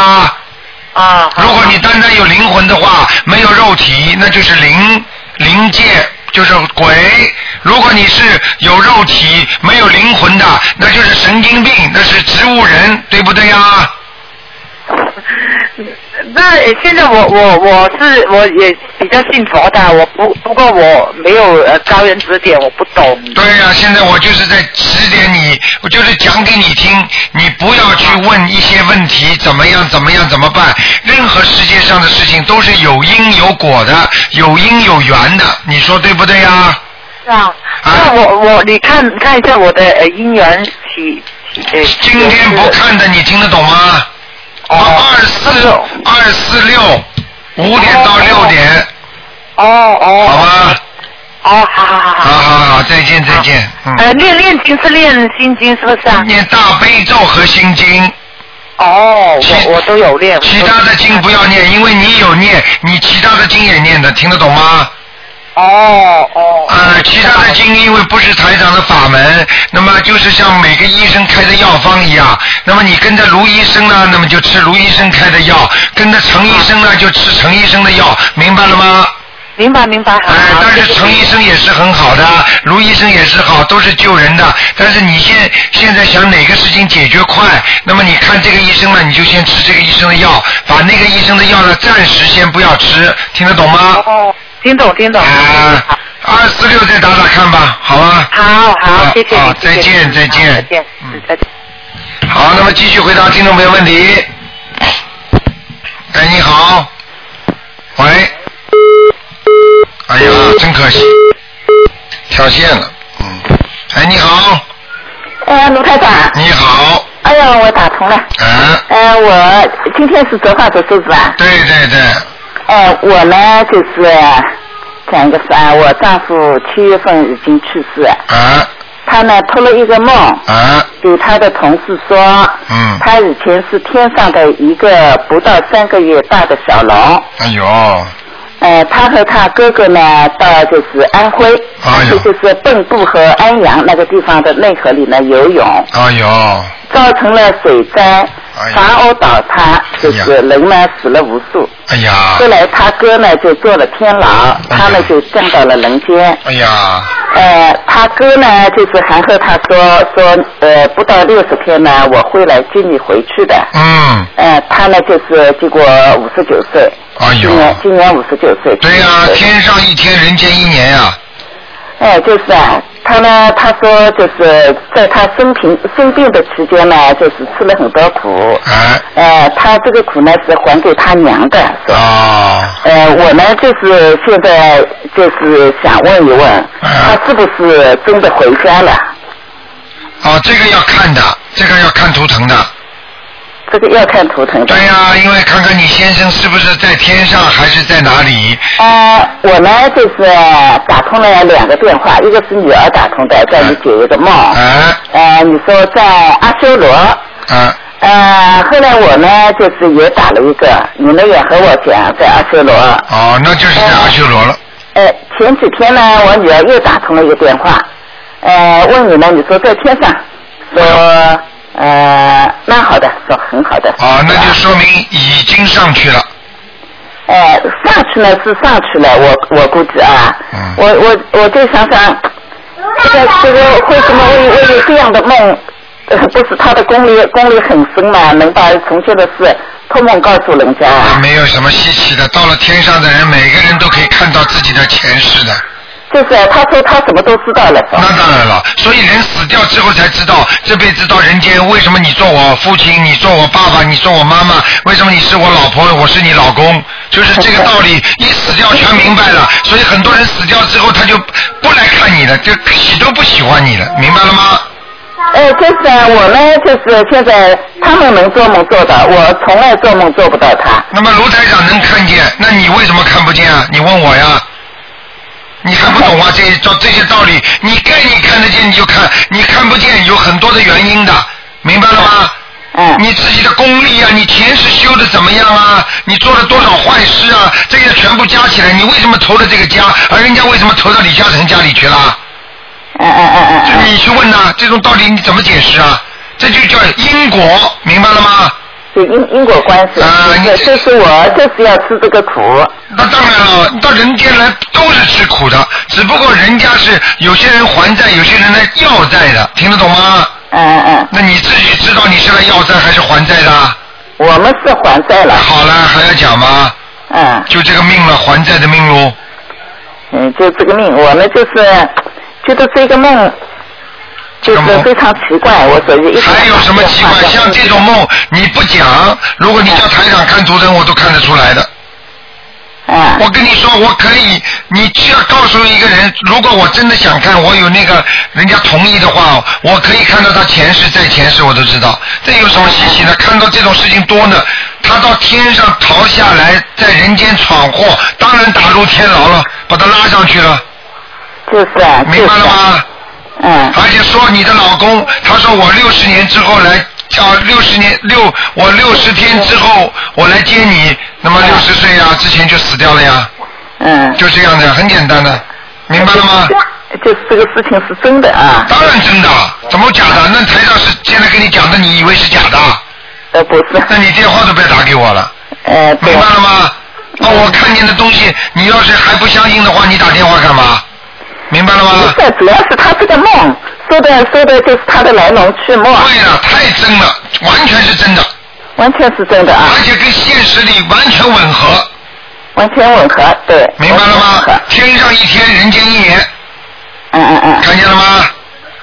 啊，好如果你单单有灵魂的话，没有肉体，那就是灵灵界，就是鬼；如果你是有肉体没有灵魂的，那就是神经病，那是植物人，对不对呀？那呃现在我我我是我也比较信佛的，我不不过我没有呃高人指点，我不懂。对呀、现在我就是在指点你，我就是讲给你听，你不要去问一些问题怎么样怎么样怎么办。任何世界上的事情都是有因有果的，有因有缘的，你说对不对呀、是啊，那我我你看看一下我的呃姻缘起起呃，今天不看的，你听得懂吗？哦二四二四六，五点到六点，哦哦，好吧？哦，好好好好好，好好，再见再见，嗯。呃，练练经是练心经是不是啊？念大悲咒和心经，哦，其我我都有练，我都其他的经不要念，因为你有念，你其他的经也念的，听得懂吗？哦哦，呃，其他的经因为不是台长的法门，那么就是像每个医生开的药方一样，那么你跟着卢医生呢，那么就吃卢医生开的药；跟着程医生呢，就吃程医生的药，明白了吗？明白明白，好哎、好，但谢是谢程医生也是很好的，卢医生也是好，都是救人的。但是你现现在想哪个事情解决快，那么你看这个医生呢，你就先吃这个医生的药，把那个医生的药呢暂时先不要吃，听得懂吗？哦，听懂听懂，啊，二四六再打打看吧，好吗？啊好好，谢谢好你，再谢谢见你再见好再见，嗯嗯再见。好，那么继续回答听众朋友问题。哎，你好，喂，哎呀，真可惜，跳线了，嗯，哎，你好，呃，卢台长，你好，哎呀，我打通了。啊，呃，我今天是折发的日子啊。对对对，呃，我呢就是讲一个事啊，我丈夫七月份已经去世，啊他呢托了一个梦，啊，给他的同事说，嗯，他以前是天上的一个不到三个月大的小龙，哎呦，呃，他和他哥哥呢到就是安徽，哎呦就是蚌埠和安阳那个地方的内河里呢游泳，哎呦，哎造成了水灾，反殴倒他，就是人呢死了无数。哎呀，后来他哥呢就坐了天牢，他们就降到了人间。哎呀，呃，他哥呢就是还和他说说，呃，不到六十天呢，我会来接你回去的。嗯，呃，他呢就是结果五十九岁，哎今年今年五十九岁。对呀、天上一天，人间一年呀、哎，就是啊，他呢，他说就是在他生平生病的期间呢，就是吃了很多苦。哎。呃，他这个苦呢是还给他娘的。哦。呃，我呢就是现在就是想问一问，嗯他是不是真的回家了？哦，这个要看的，这个要看图腾的。这个要看图腾。对呀、因为看看你先生是不是在天上还是在哪里。呃，我呢就是打通了两个电话，一个是女儿打通的，叫你解一个梦。嗯呃，你说在阿修罗。哎啊。呃，后来我呢就是也打了一个，你们也和我讲在阿修罗。哦，那就是在阿修罗了。呃，前几天呢，我女儿又打通了一个电话，呃，问你呢，你说在天上，说呃蛮好的，说很好的。哦，那就说明已经上去了。哎，上去呢是上去了，我我估计啊，嗯我我我就想想，这个这个为什么会会有这样的梦？呃不是他的功力功力很深嘛，能把从前的事托梦告诉人家。没有什么稀奇的，到了天上的人，每个人都可以看到自己的前世的。就是他说他什么都知道了。那当然了，所以人死掉之后才知道，这辈子到人间，为什么你做我父亲，你做我爸爸，你做我妈妈，为什么你是我老婆，我是你老公，就是这个道理。一死掉全明白了，所以很多人死掉之后他就不来看你了，就喜都不喜欢你了，明白了吗？呃，就是啊我呢，就是现在他们能做梦做到，我从来做梦做不到他。那么卢台长能看见，那你为什么看不见啊？你问我呀？你看不懂啊？这照这些道理，你该你看得见你就看，你看不见有很多的原因的，明白了吗？嗯。你自己的功力啊，你前世修的怎么样啊？你做了多少坏事啊？这些全部加起来，你为什么投了这个家，而人家为什么投到李嘉诚家里去了？嗯嗯嗯嗯。这你去问呐、这种道理你怎么解释啊？这就叫因果，明白了吗？有因因果关系。啊，就是我就是要吃这个苦。那当然了，到人间来都是吃苦的，只不过人家是有些人还债，有些人来要债的，听得懂吗？嗯嗯。那你自己知道你是来要债还是还债的？啊我们是还债了。好了，还要讲吗？嗯。就这个命了，还债的命喽。嗯，就这个命，我呢就是觉得这个梦就是非常奇怪，我所以一直还有什么奇怪？像这种梦你不讲，如果你叫台长看图腾，我都看得出来的。嗯啊我跟你说，我可以，你只要告诉一个人，如果我真的想看，我有那个人家同意的话，我可以看到他前世在前世，我都知道。这有什么稀奇的？看到这种事情多呢。他到天上逃下来，在人间闯祸，当然打入天牢了，把他拉上去了。就是啊，明白了吗？嗯。而且说你的老公，他说我六十年之后来，叫六十年六，我六十天之后我来接你，那么六十岁呀、之前就死掉了呀。嗯。就这样的，很简单的，明白了吗？就是这个事情是真的啊。当然真的，怎么假的？那台上是现在跟你讲的，你以为是假的？呃，不是。那你电话都不要打给我了。呃，明白了吗？那我看见的东西，你要是还不相信的话，你打电话干嘛？明白了吗？不是，主要是他这个梦说的说的就是他的来龙去脉。啊对了，太真了，完全是真的。完全是真的啊。而且跟现实里完全吻合。完全吻合，对。明白了吗？天上一天，人间一年。嗯嗯嗯。看见了吗？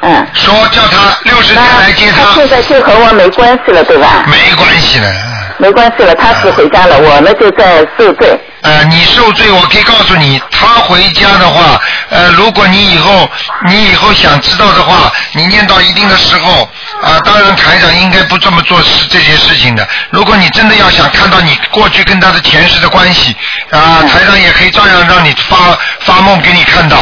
嗯。说叫他六十天来接啊他现在就和我没关系了，对吧？没关系的。没关系了，他是回家了，我呢就在受罪。呃，你受罪，我可以告诉你，他回家的话，呃，如果你以后你以后想知道的话，你念到一定的时候，啊、当然台长应该不这么做事这些事情的。如果你真的要想看到你过去跟他的前世的关系，啊、台长也可以照样让你发发梦给你看到。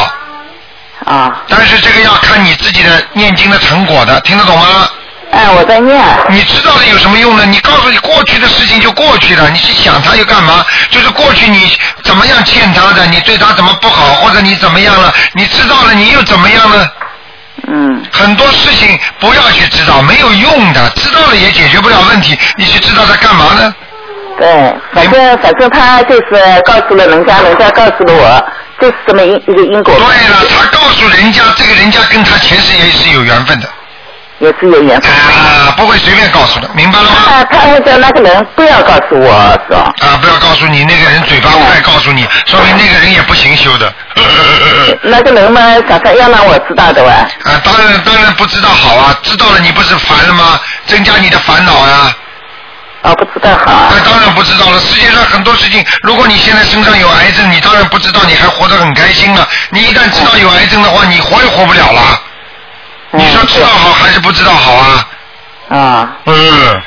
啊。但是这个要看你自己的念经的成果的，听得懂吗？哎，我在念。你知道了有什么用呢？你告诉你过去的事情就过去了，你去想它又干嘛？就是过去你怎么样欠他的，你对他怎么不好，或者你怎么样了，你知道了你又怎么样呢？嗯。很很多事情不要去知道，没有用的，知道了也解决不了问题，你去知道它干嘛呢？对，哎反正反正他就是告诉了人家，人家告诉了我，这是这么一一个因果。对了，他告诉人家，这个人家跟他前世也是有缘分的。也是有缘分。啊，不会随便告诉的，明白了吗？啊，他那个那个人不要告诉我，是吧？啊，不要告诉你那个人嘴巴快告诉你，说明那个人也不行修的。那个人嘛，想想要让我知道的哇。啊，当然当然不知道好啊，知道了你不是烦了吗？增加你的烦恼呀、啊。不知道好、啊。那当然不知道了。世界上很多事情，如果你现在身上有癌症，你当然不知道，你还活得很开心了。你一旦知道有癌症的话，你活也活不了了。你说知道好还是不知道好啊？啊。 嗯，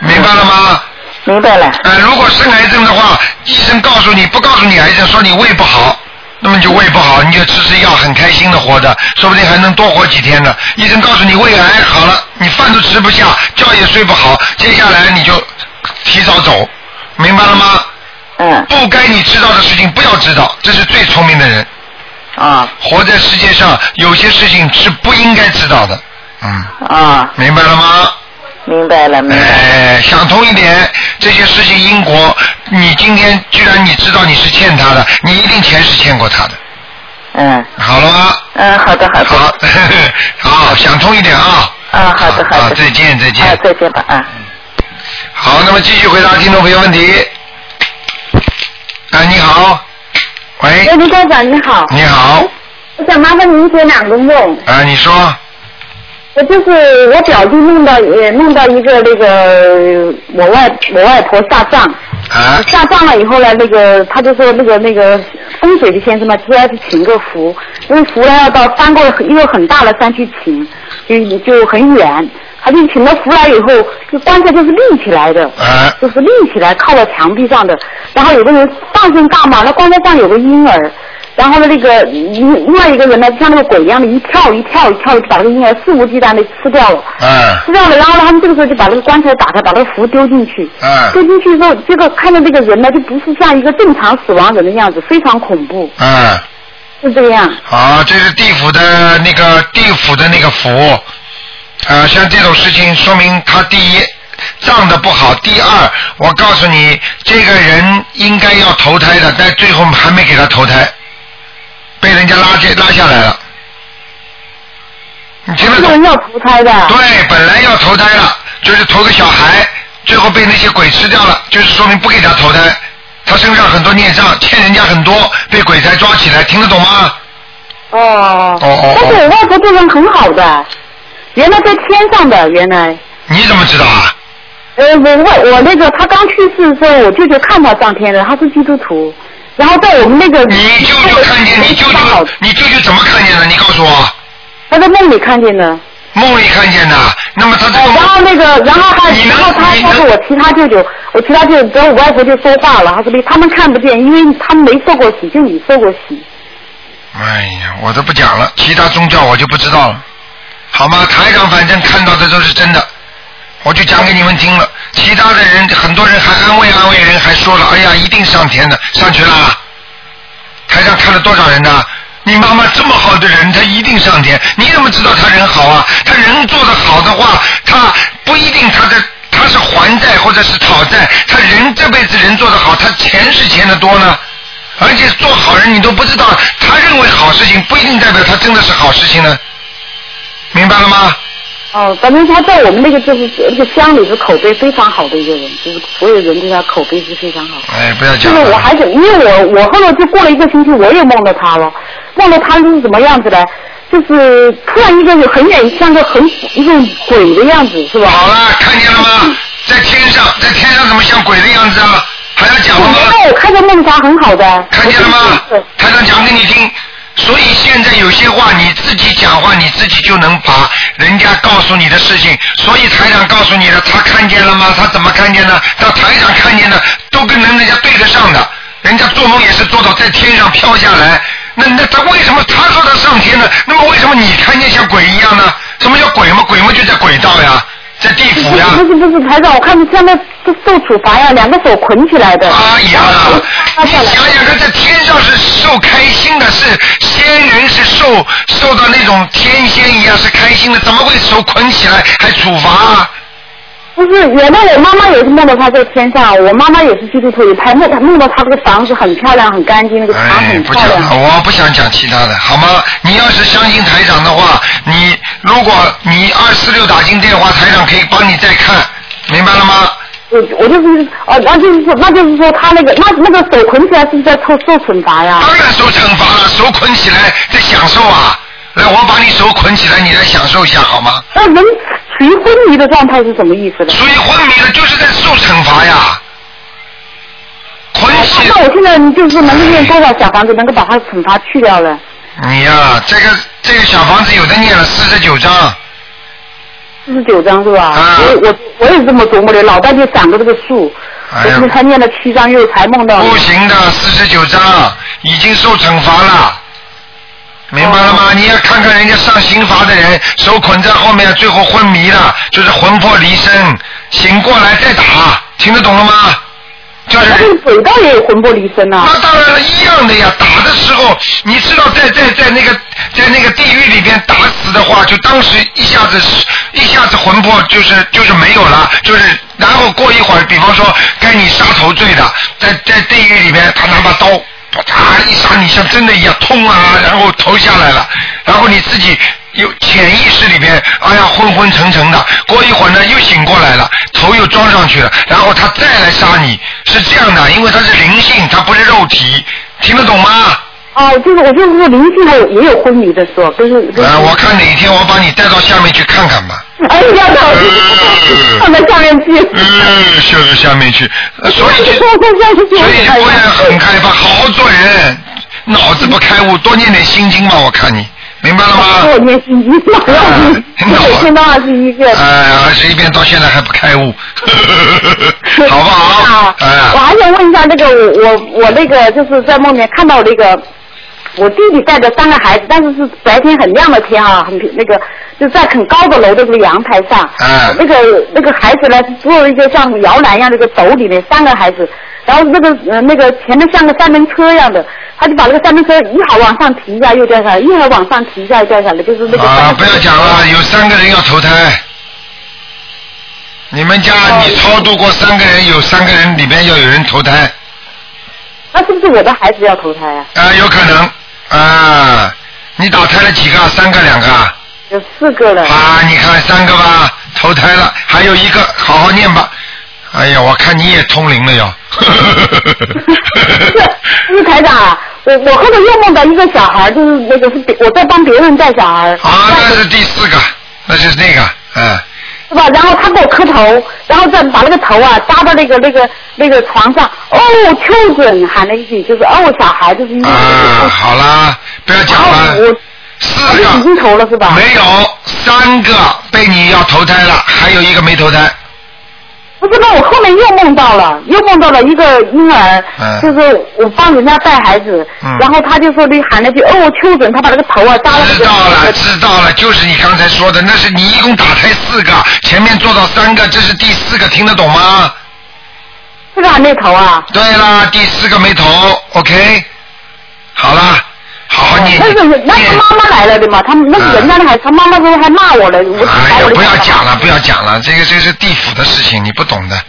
明白了吗？明白了。呃，如果生癌症的话，医生告诉你不告诉你癌症，说你胃不好，那么你就胃不好，你就吃吃药，很开心的活着，说不定还能多活几天呢。医生告诉你胃癌好了，你饭都吃不下，觉也睡不好，接下来你就提早走，明白了吗？嗯。不该你知道的事情不要知道，这是最聪明的人。啊，活在世界上，有些事情是不应该知道的，嗯。啊，明白了吗？明白了，明白了。哎，想通一点，这些事情因果，你今天居然你知道你是欠他的，你一定前世欠过他的。嗯。好了吗？嗯，好的，好的。好，好， 想通一点啊。啊，好的，好的。好，再见，再见。啊，再见吧，啊。好，那么继续回答听众朋友问题。啊，你好。喂，刘局长你好。你好。我想麻烦您解两个梦。啊，你说。我就是我表弟梦到也梦到一个那个我外我外婆下葬。啊。下葬了以后呢，那个他就说那个那个风水的先生嘛，说要去请个福，因为福呢要到翻过一个很大的山去请，就就很远。他就请了福来以后，就棺材就是立起来的，啊、就是立起来靠到墙壁上的。然后有个人上身大嘛，那棺材上有个婴儿，然后呢那个另另外一个人呢，像那个鬼一样的，一跳一跳一跳，把那个婴儿肆无忌惮的吃掉了。啊、吃掉了，然后他们这个时候就把那个棺材打开，把那个符丢进去。啊、丢进去之后，这个看到这个人呢，就不是像一个正常死亡人的样子，非常恐怖。嗯。是这样。啊，这是地府的那个地府的那个符。啊、呃，像这种事情，说明他第一葬的不好，第二，我告诉你，这个人应该要投胎的，但最后还没给他投胎，被人家拉这拉下来了。你听得懂？要投胎的。对，本来要投胎了，就是投个小孩，最后被那些鬼吃掉了，就是说明不给他投胎，他身上很多孽障，欠人家很多，被鬼才抓起来，听得懂吗？哦哦。哦。但是我外婆对人很好的。原来在天上的，原来。你怎么知道啊？呃，我我我那个他刚去世的时候，我舅舅看他上天了，他是基督徒，然后在我们那个。你舅舅看见，你舅舅，你舅舅怎么看见的？你告诉我。他在梦里看见哦的。梦里看见的，那么他这个、哎。然后那个，然后他，然后他他是我其他舅舅，我其他舅舅，然后我外婆就说话了，他说他们看不见，因为他们没受过洗，就你受过洗。哎呀，我都不讲了，其他宗教我就不知道了。好吗？台长反正看到的都是真的，我就讲给你们听了。其他的人，很多人还安慰安慰人，还说了，哎呀，一定上天的，上去啦。台上看了多少人呢、啊？你妈妈这么好的人，她一定上天。你怎么知道她人好啊？她人做的好的话，她不一定她的她是还债或者是讨债。她人这辈子人做的好，她钱是钱的多呢。而且做好人你都不知道，他认为好事情不一定代表他真的是好事情呢。明白了吗？哦，反正他在我们那个就是那个乡里是口碑非常好的一个人，就是所有人对他口碑是非常好。哎，不要讲。就是我还想，因为我我后来就过了一个星期，我也梦到他了。梦到他是什么样子呢？就是突然一个有很远像个很一个鬼的样子，是吧？好了，看见了 吗？在天上，在天上怎么像鬼的样子啊？还要讲了吗？我看见梦他很好的。看见了吗？台长讲给你听。所以现在有些话你自己讲话，你自己就能把人家告诉你的事情。所以台长告诉你的，他看见了吗？他怎么看见的？他台长看见的都跟人家对得上的。人家做梦也是做到在天上飘下来。那那他为什么他说他上天呢？那么为什么你看见像鬼一样呢？什么叫鬼嘛？鬼嘛就在轨道呀。在地府呀、不是不是不是，台长，我看你像那是受处罚呀，两个手捆起来的。哎呀，你想想看，在天上是受开心的，是仙人是受受到那种天仙一样是开心的，怎么会手捆起来还处罚、啊？不是，原来我妈妈也是梦到她在天上，我妈妈也是基督徒，也拍梦梦到她这个房子很漂亮，很干净，那个墙哎很，不漂讲亮。了，我不想讲其他的，好吗？你要是相信台长的话，你如果你二四六打进电话，台长可以帮你再看，明白了吗？我我就是哦，那就是说，那就是说他那个那那个手捆起来是不是在受受惩罚啊呀？当然受惩罚了，手捆起来在享受啊！来，我把你手捆起来，你来享受一下好吗？那人处于昏迷的状态是什么意思呢？所以昏迷了就是在受惩罚呀。哎那我现在就是能够念多少小房子，能够把他的惩罚去掉了？你哎呀、这个这个小房子有的念了四十九章，四十九张是吧？啊我我我也这么琢磨的，脑袋就闪过这个数，哎呀哦我是他念了七张，又才梦到。不行的，四十九章已经受惩罚了，明白了吗？哦你要看看人家上刑罚的人，手捆在后面，最后昏迷了，就是魂魄离身，醒过来再打，听得懂了吗？就是那这个轨道也有魂魄离身呐、那当然了，一样的呀。打的时候，你知道在在在那个在那个地狱里边打死的话，就当时一下子一下子魂魄就是就是没有了，就是然后过一会儿，比方说该你杀头罪的，在在地狱里边，他拿把刀。啪嚓一杀你像真的一样痛啊，然后头下来了，然后你自己有潜意识里边，哎呀昏昏沉沉的，过一会儿呢又醒过来了，头又装上去了，然后他再来杀你，是这样的，因为他是灵性，他不是肉体，听得懂吗？哦，就是我就是说灵性还有也有昏迷的时候，就是。就是呃，我看哪天我把你带到下面去看看吧。哎呀，呃放在下面去。 呃，修到下面去，呃所以就所以就不要很开放，好好做人，脑子不开悟，多念点心经吧，我看你明白了吗？哦嗯我念心经， 我念到二十一个。哎，二十一遍到现在还不开 悟，好不好？我哎，还想问一下，那个我我我那个就是在梦里面看到那个我弟弟带着三个孩子，但是是白天很亮的天啊，很那个就在很高的楼的这个阳台上，嗯那个那个孩子呢做了一个像摇篮一样的一个斗里面，三个孩子，然后那个呃那个前面像个三轮车一样的，他就把那个三轮车一会儿往上提一下又掉下来，一会儿往上提一下又掉下来，就是那个三啊，轮不车要讲了，有三个人要投胎。你们家你超度过三个人，有三个人里边要有人投胎，那是不是我的孩子要投胎啊？啊，有可能啊。你打胎了几个？三个、两个啊？有四个 了。啊， 你看三个吧，投胎了，还有一个，好好念吧。哎呀，我看你也通灵了哟。 是台长啊，我我后头又梦到一个小孩，就是那个是别我在帮别人带小孩，啊，那是第四个，那就是那个，嗯。是吧？然后他给我磕头，然后再把那个头啊扎到那个那个那个床上，哦，children 喊了一句，就是哦，小孩就是一个。啊，好啦，不要讲了。四个。已经投了是吧？没有，三个被你要投胎了，还有一个没投胎。不是吧？我后面又梦到了，又梦到了一个婴儿，嗯就是我帮人家带孩子，嗯然后他就说的喊了句哦，children，他把那个头啊扎到那知个。道了，知道了，就是你刚才说的，那是你一共打胎四个，前面做到三个，这是第四个，听得懂吗？这个还没投啊？对啦，第四个没投，OK，好啦，好好念。哦那是那是妈妈来了的嘛，他们那是人家的孩子，他妈妈都还骂我了，我啊哎把呀我，的不要讲了，不要讲了，这个这是地府的事情，你不懂的。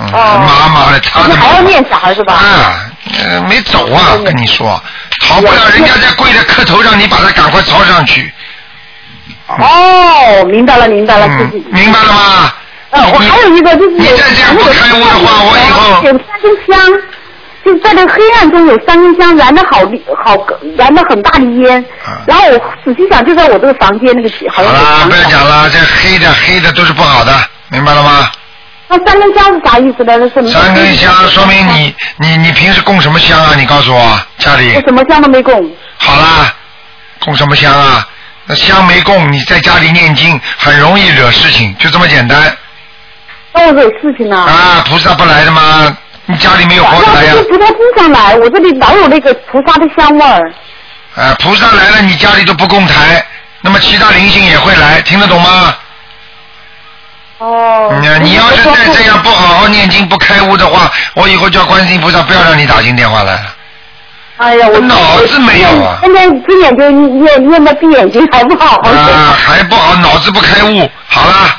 嗯，妈妈的，他的还要念小哦孩是吧？啊，呃，没走啊，跟你说，逃不了人家在跪在磕头让你把他赶快抄上去，哦，明白了，明白了，嗯自己明白了吗？呃，我还有一个就是你再这样不开悟的话，我以后有三根香，就是在这个黑暗中有三根香，燃的好厉好燃的很大的烟，然后我仔细想，就在我这个房间那个好像有啊，墙不要讲了，这黑的黑的都是不好的，明白了吗？那三根香是啥意思呢？那是三根香说明你你你平时供什么香啊？你告诉我，家里我什么香都没供。好啦，供什么香啊？那香没供，你在家里念经很容易惹事情，就这么简单。那我有事情呢。啊，菩萨不来的吗？你家里没有然活后的来呀、这菩萨经常来，我这里老有那个菩萨的香味儿。啊？菩萨来了，你家里都不供台，那么其他灵性也会来，听得懂吗？哦。嗯你你要是再这样不好好念经不开悟的话，我以后叫观世音菩萨不要让你打进电话来了。哎呀，我脑子没有啊现在闭眼睛念念到闭眼睛还不好好啊写。，还不好，脑子不开悟。好啦，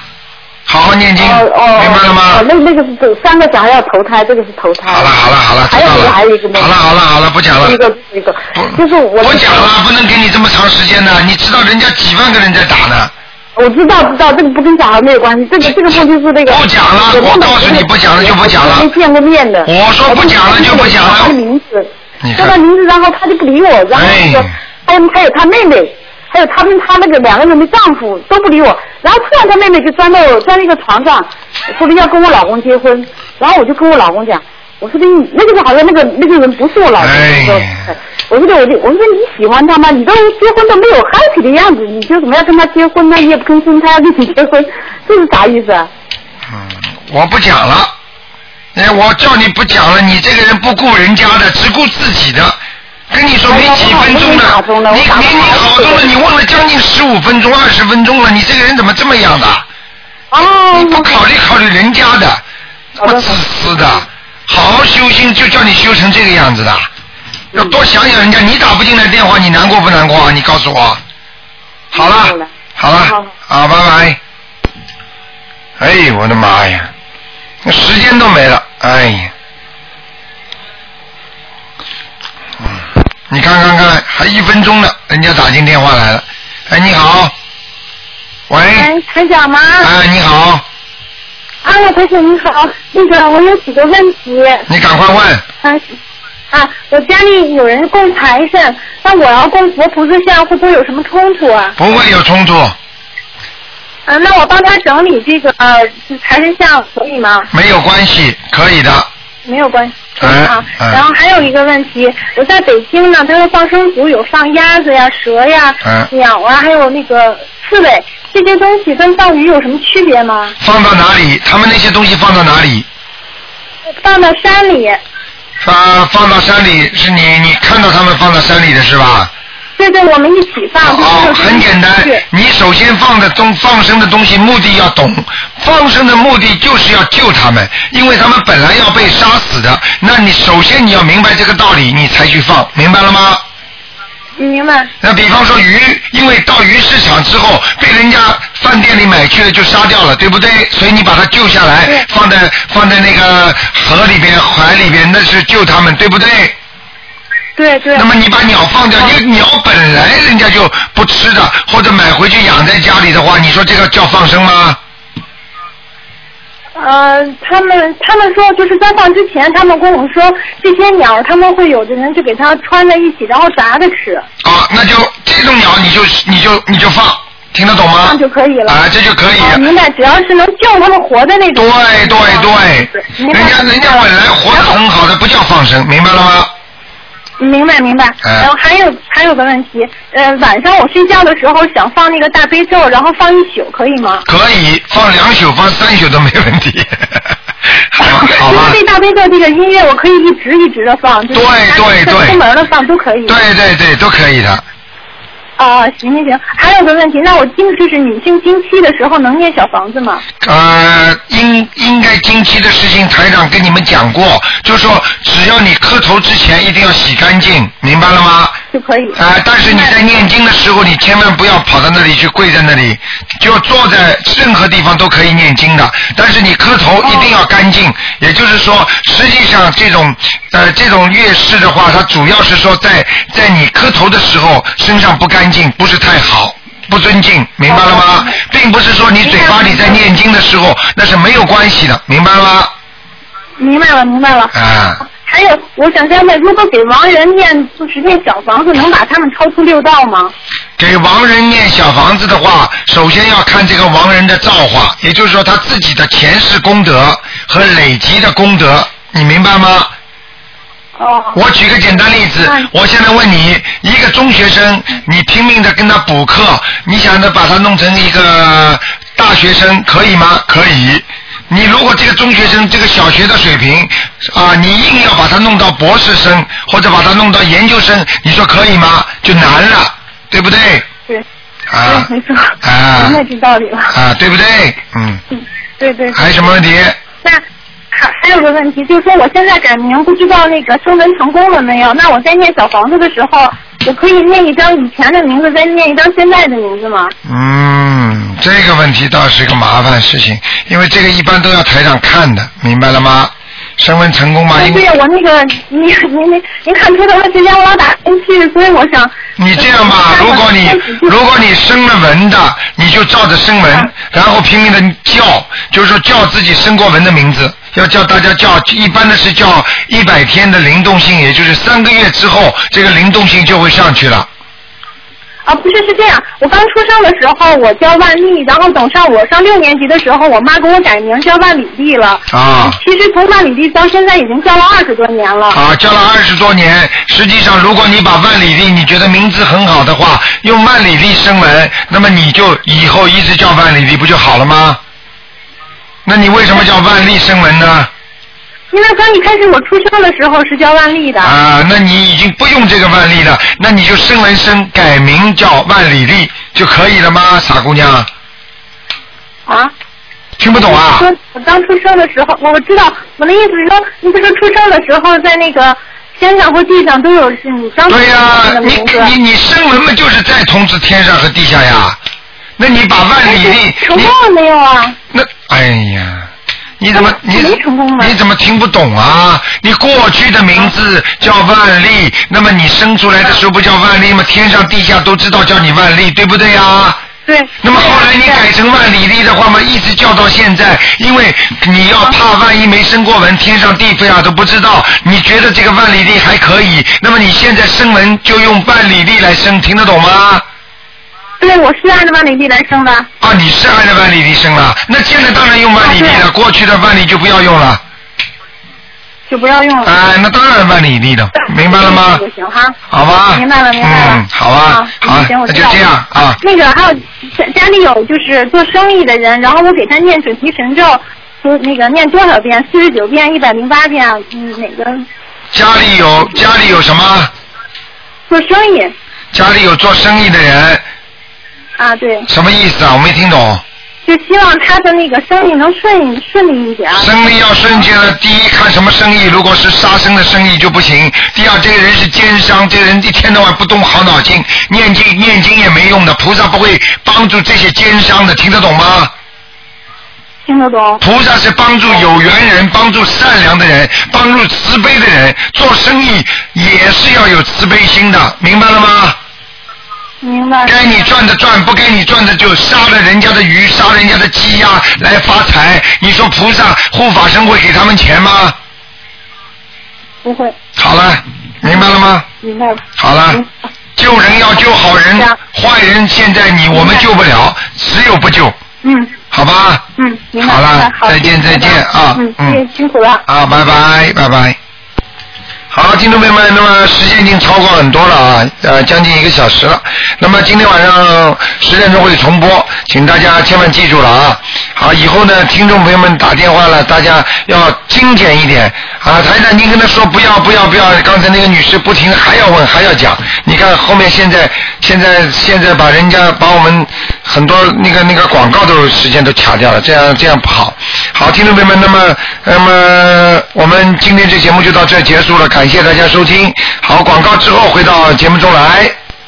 好好念经，哦哦，明白了吗？哦，那那个是三个小孩要投胎，这个是投胎。好了好了好了，还有一个还有一个好了好了好了，不讲了一。个一个，就是我我讲了，不能给你这么长时间的，你知道人家几万个人在打呢。我知道知道，这个不跟小孩没有关系，这个这个不就是那个。不讲了，我告诉你不讲了就不讲了没见过面的。我说不讲了就不讲了他的名字，你叫他名字，然后他就不理我，然后那个还有还有他妹妹。还有他们，他那个两个人的丈夫都不理我，然后突然他妹妹就钻到钻那个床上，说的要跟我老公结婚，然后我就跟我老公讲，我说的你那个好像那个那个人不是我老公，我说哎我说的我就我说你喜欢他吗？你都结婚都没有 happy 的样子，你就怎么要跟他结婚呢？你也不吭声，他要跟你结婚，这是啥意思啊？我不讲了。哎，我叫你不讲了，你这个人不顾人家的，只顾自己的。跟你说没几分钟哎呀我打的，你你你好多了，你问了将近十五分钟、二十分钟了，你这个人怎么这么样的？哦，你不考虑考虑人家的，那么自私的，好好修心就叫你修成这个样子的，要多想想人家，你打不进来电话，你难过不难过啊？你告诉我。好了，好了，好，拜拜。哎，我的妈呀，那时间都没了，哎呀。嗯，你看看看，还一分钟呢，人家打进电话来了。哎，你好，喂，哎，台长吗？哎，你好，啊，台长你好，那个我有几个问题。你赶快问。啊啊，我家里有人供财神，那我要供佛菩萨像，会不会有什么冲突啊？不会有冲突，啊，那我帮他整理这个呃财神像可以吗？没有关系，可以的。没有关系。嗯啊，嗯然后还有一个问题，我在北京呢，他说放生组有放鸭子呀、蛇呀、嗯鸟啊，还有那个刺猬，这些东西跟放鱼有什么区别吗？放到哪里？他们那些东西放到哪里？放到山里，放放到山里是你你看到他们放到山里的是吧？对对，我们一起放。哦，很简单，你首先放的东放生的东西目的要懂，放生的目的就是要救他们，因为他们本来要被杀死的。那你首先你要明白这个道理，你才去放，明白了吗？明白。那比方说鱼，因为到鱼市场之后被人家饭店里买去了就杀掉了，对不对？所以你把它救下来，放在放在那个河里边、海里边，那是救他们，对不对？对对。那么你把鸟放掉，因为鸟本来人家就不吃的，或者买回去养在家里的话，你说这个叫放生吗？呃，他们他们说就是在放之前，他们跟我说这些鸟他们会有的人就给它穿在一起，然后炸着吃，啊，那就这种鸟你就你就你就放，听得懂这吗样？就可以了。啊，这就可以。哦明白，只要是能救他们活的那种。对对对，人家人家本来活得很好的，不叫放生，明白了吗？明白明白。哎然后还有还有个问题，呃，晚上我睡觉的时候想放那个大悲咒，然后放一宿，可以吗？可以放两宿，放三宿都没问 题。好 因为这大悲咒这个音乐，我可以一直一直的放，就是对对对出门了放都可以。对对对，都可以的。啊，行行行，还有个问题，那我经就是女性经期的时候能念小房子吗？呃，应应该经期的事情，台长跟你们讲过，就说只要你磕头之前一定要洗干净，明白了吗？就可以。啊、但是你在念经的时候，你千万不要跑到那里去跪在那里，就坐在任何地方都可以念经的。但是你磕头一定要干净，也就是说，实际上这种呃这种月事的话，它主要是说在在你磕头的时候身上不干净，不是太好。不尊敬，哦明白了吗？并不是说你嘴巴里在念经的时候，那是没有关系的，明白了吗？明白了，明白了。啊、还有，我想再问，如果给亡人念就是念小房子，能把他们超出六道吗？给亡人念小房子的话，首先要看这个亡人的造化，也就是说他自己的前世功德和累积的功德，你明白吗？哦。我举个简单例子，我现在问你，一个中学生，你拼命的跟他补课，你想着把他弄成一个大学生，可以吗？可以。你如果这个中学生这个小学的水平啊，你硬要把他弄到博士生或者把他弄到研究生，你说可以吗？就难了，对不对？对。啊嗯对，没错。啊明白这道理了。啊，对不对？嗯，对对。还有什么问题？那还还有个问题，就是说我现在改名，不知道那个升文成功了没有？那我在念小房子的时候，我可以念一张以前的名字，再念一张现在的名字吗？嗯，这个问题倒是个麻烦事情，因为这个一般都要台长看的，明白了吗？升温成功吗？哎因对呀，我那个您您您您看出的问题让我打进去，所以我想呃你这样吧，如果你如果你生了纹的，你就照着生啊纹，然后拼命的叫，就是说叫自己生过纹的名字，要叫大家叫，一般的是叫一百天的灵动性，也就是三个月之后，这个灵动性就会上去了。啊，不是是这样，我刚出生的时候我叫万丽，然后等上我上六年级的时候，我妈给我改名叫万里丽了。啊其实从万里丽到现在已经叫了二十多年了。啊，叫了二十多年，实际上如果你把万里丽你觉得名字很好的话，用万里丽生纹，那么你就以后一直叫万里丽不就好了吗？那你为什么叫万丽生纹呢？因为刚一开始我出生的时候是叫万丽的。啊，那你已经不用这个万历了，那你就升文生改名叫万里丽就可以了吗？傻姑娘，啊。听不懂啊？说我刚出生的时候，我我知道我的意思是说，你不是说出生的时候在那个天上或地上都有是你刚出对呀、生的你名字。啊你你升文嘛，就是在通知天上和地下呀。那你把万里丽，成功了没有啊？那哎呀，你怎么你你怎么听不懂啊？你过去的名字叫万历，那么你生出来的时候不叫万历吗？天上地下都知道叫你万历，对不对呀？对。那么后来你改成万里历的话嘛，一直叫到现在，因为你要怕万一没生过文，天上地下都不知道，你觉得这个万里历还可以，那么你现在生文就用万里历来生，听得懂吗？对，我是按照万里丽来生的。啊，你是按照万里历生了，那现在当然用万里历啊了，过去的万里就不要用了。就不要用了。哎，那当然万里历了，明白了吗？就行哈。好吧嗯明白了，明白了。嗯，好啊，好啊，行，我那知就道了这样啊。那个还有家家里有就是做生意的人，然后我给他念准提神咒，说那个念多少遍？四十九遍、一百零八遍，嗯，哪个家里有家里有什么？做生意家里有做生意的人，啊？对，什么意思啊？我没听懂。就希望他的那个生意能顺顺利一点。生意要瞬间的，第一看什么生意，如果是杀生的生意就不行；第二，这个人是奸商，这个人一天到晚不动好脑筋，念经念经也没用的，菩萨不会帮助这些奸商的，听得懂吗？听得懂。菩萨是帮助有缘人，帮助善良的人，帮助慈悲的人。做生意也是要有慈悲心的，明白了吗？明白。该你赚的赚，不该你赚的就杀了人家的鱼，杀人家的鸡鸭来发财。你说菩萨护法神会给他们钱吗？不会，好了，明白了吗？明白了。好嗯了，救人要救好人，坏人现在你我们救不了，只有不救，嗯好吧？嗯，明白好明白了，再见谢谢再见台长啊嗯，嗯谢谢辛苦了。啊，拜拜拜拜。好，听众朋友们，那么时间已经超过很多了啊，呃，将近一个小时了。那么今天晚上十点钟会重播，请大家千万记住了啊。好，以后呢，听众朋友们打电话了，大家要精简一点啊。台长，您跟他说不要不要不要，刚才那个女士不停地还要问还要讲，你看后面现在现在现在把人家把我们很多那个那个广告都时间都卡掉了，这样这样不好。好，听众朋友们，那么那么我们今天这节目就到这儿结束了，感谢大家收听。好，广告之后回到节目中来。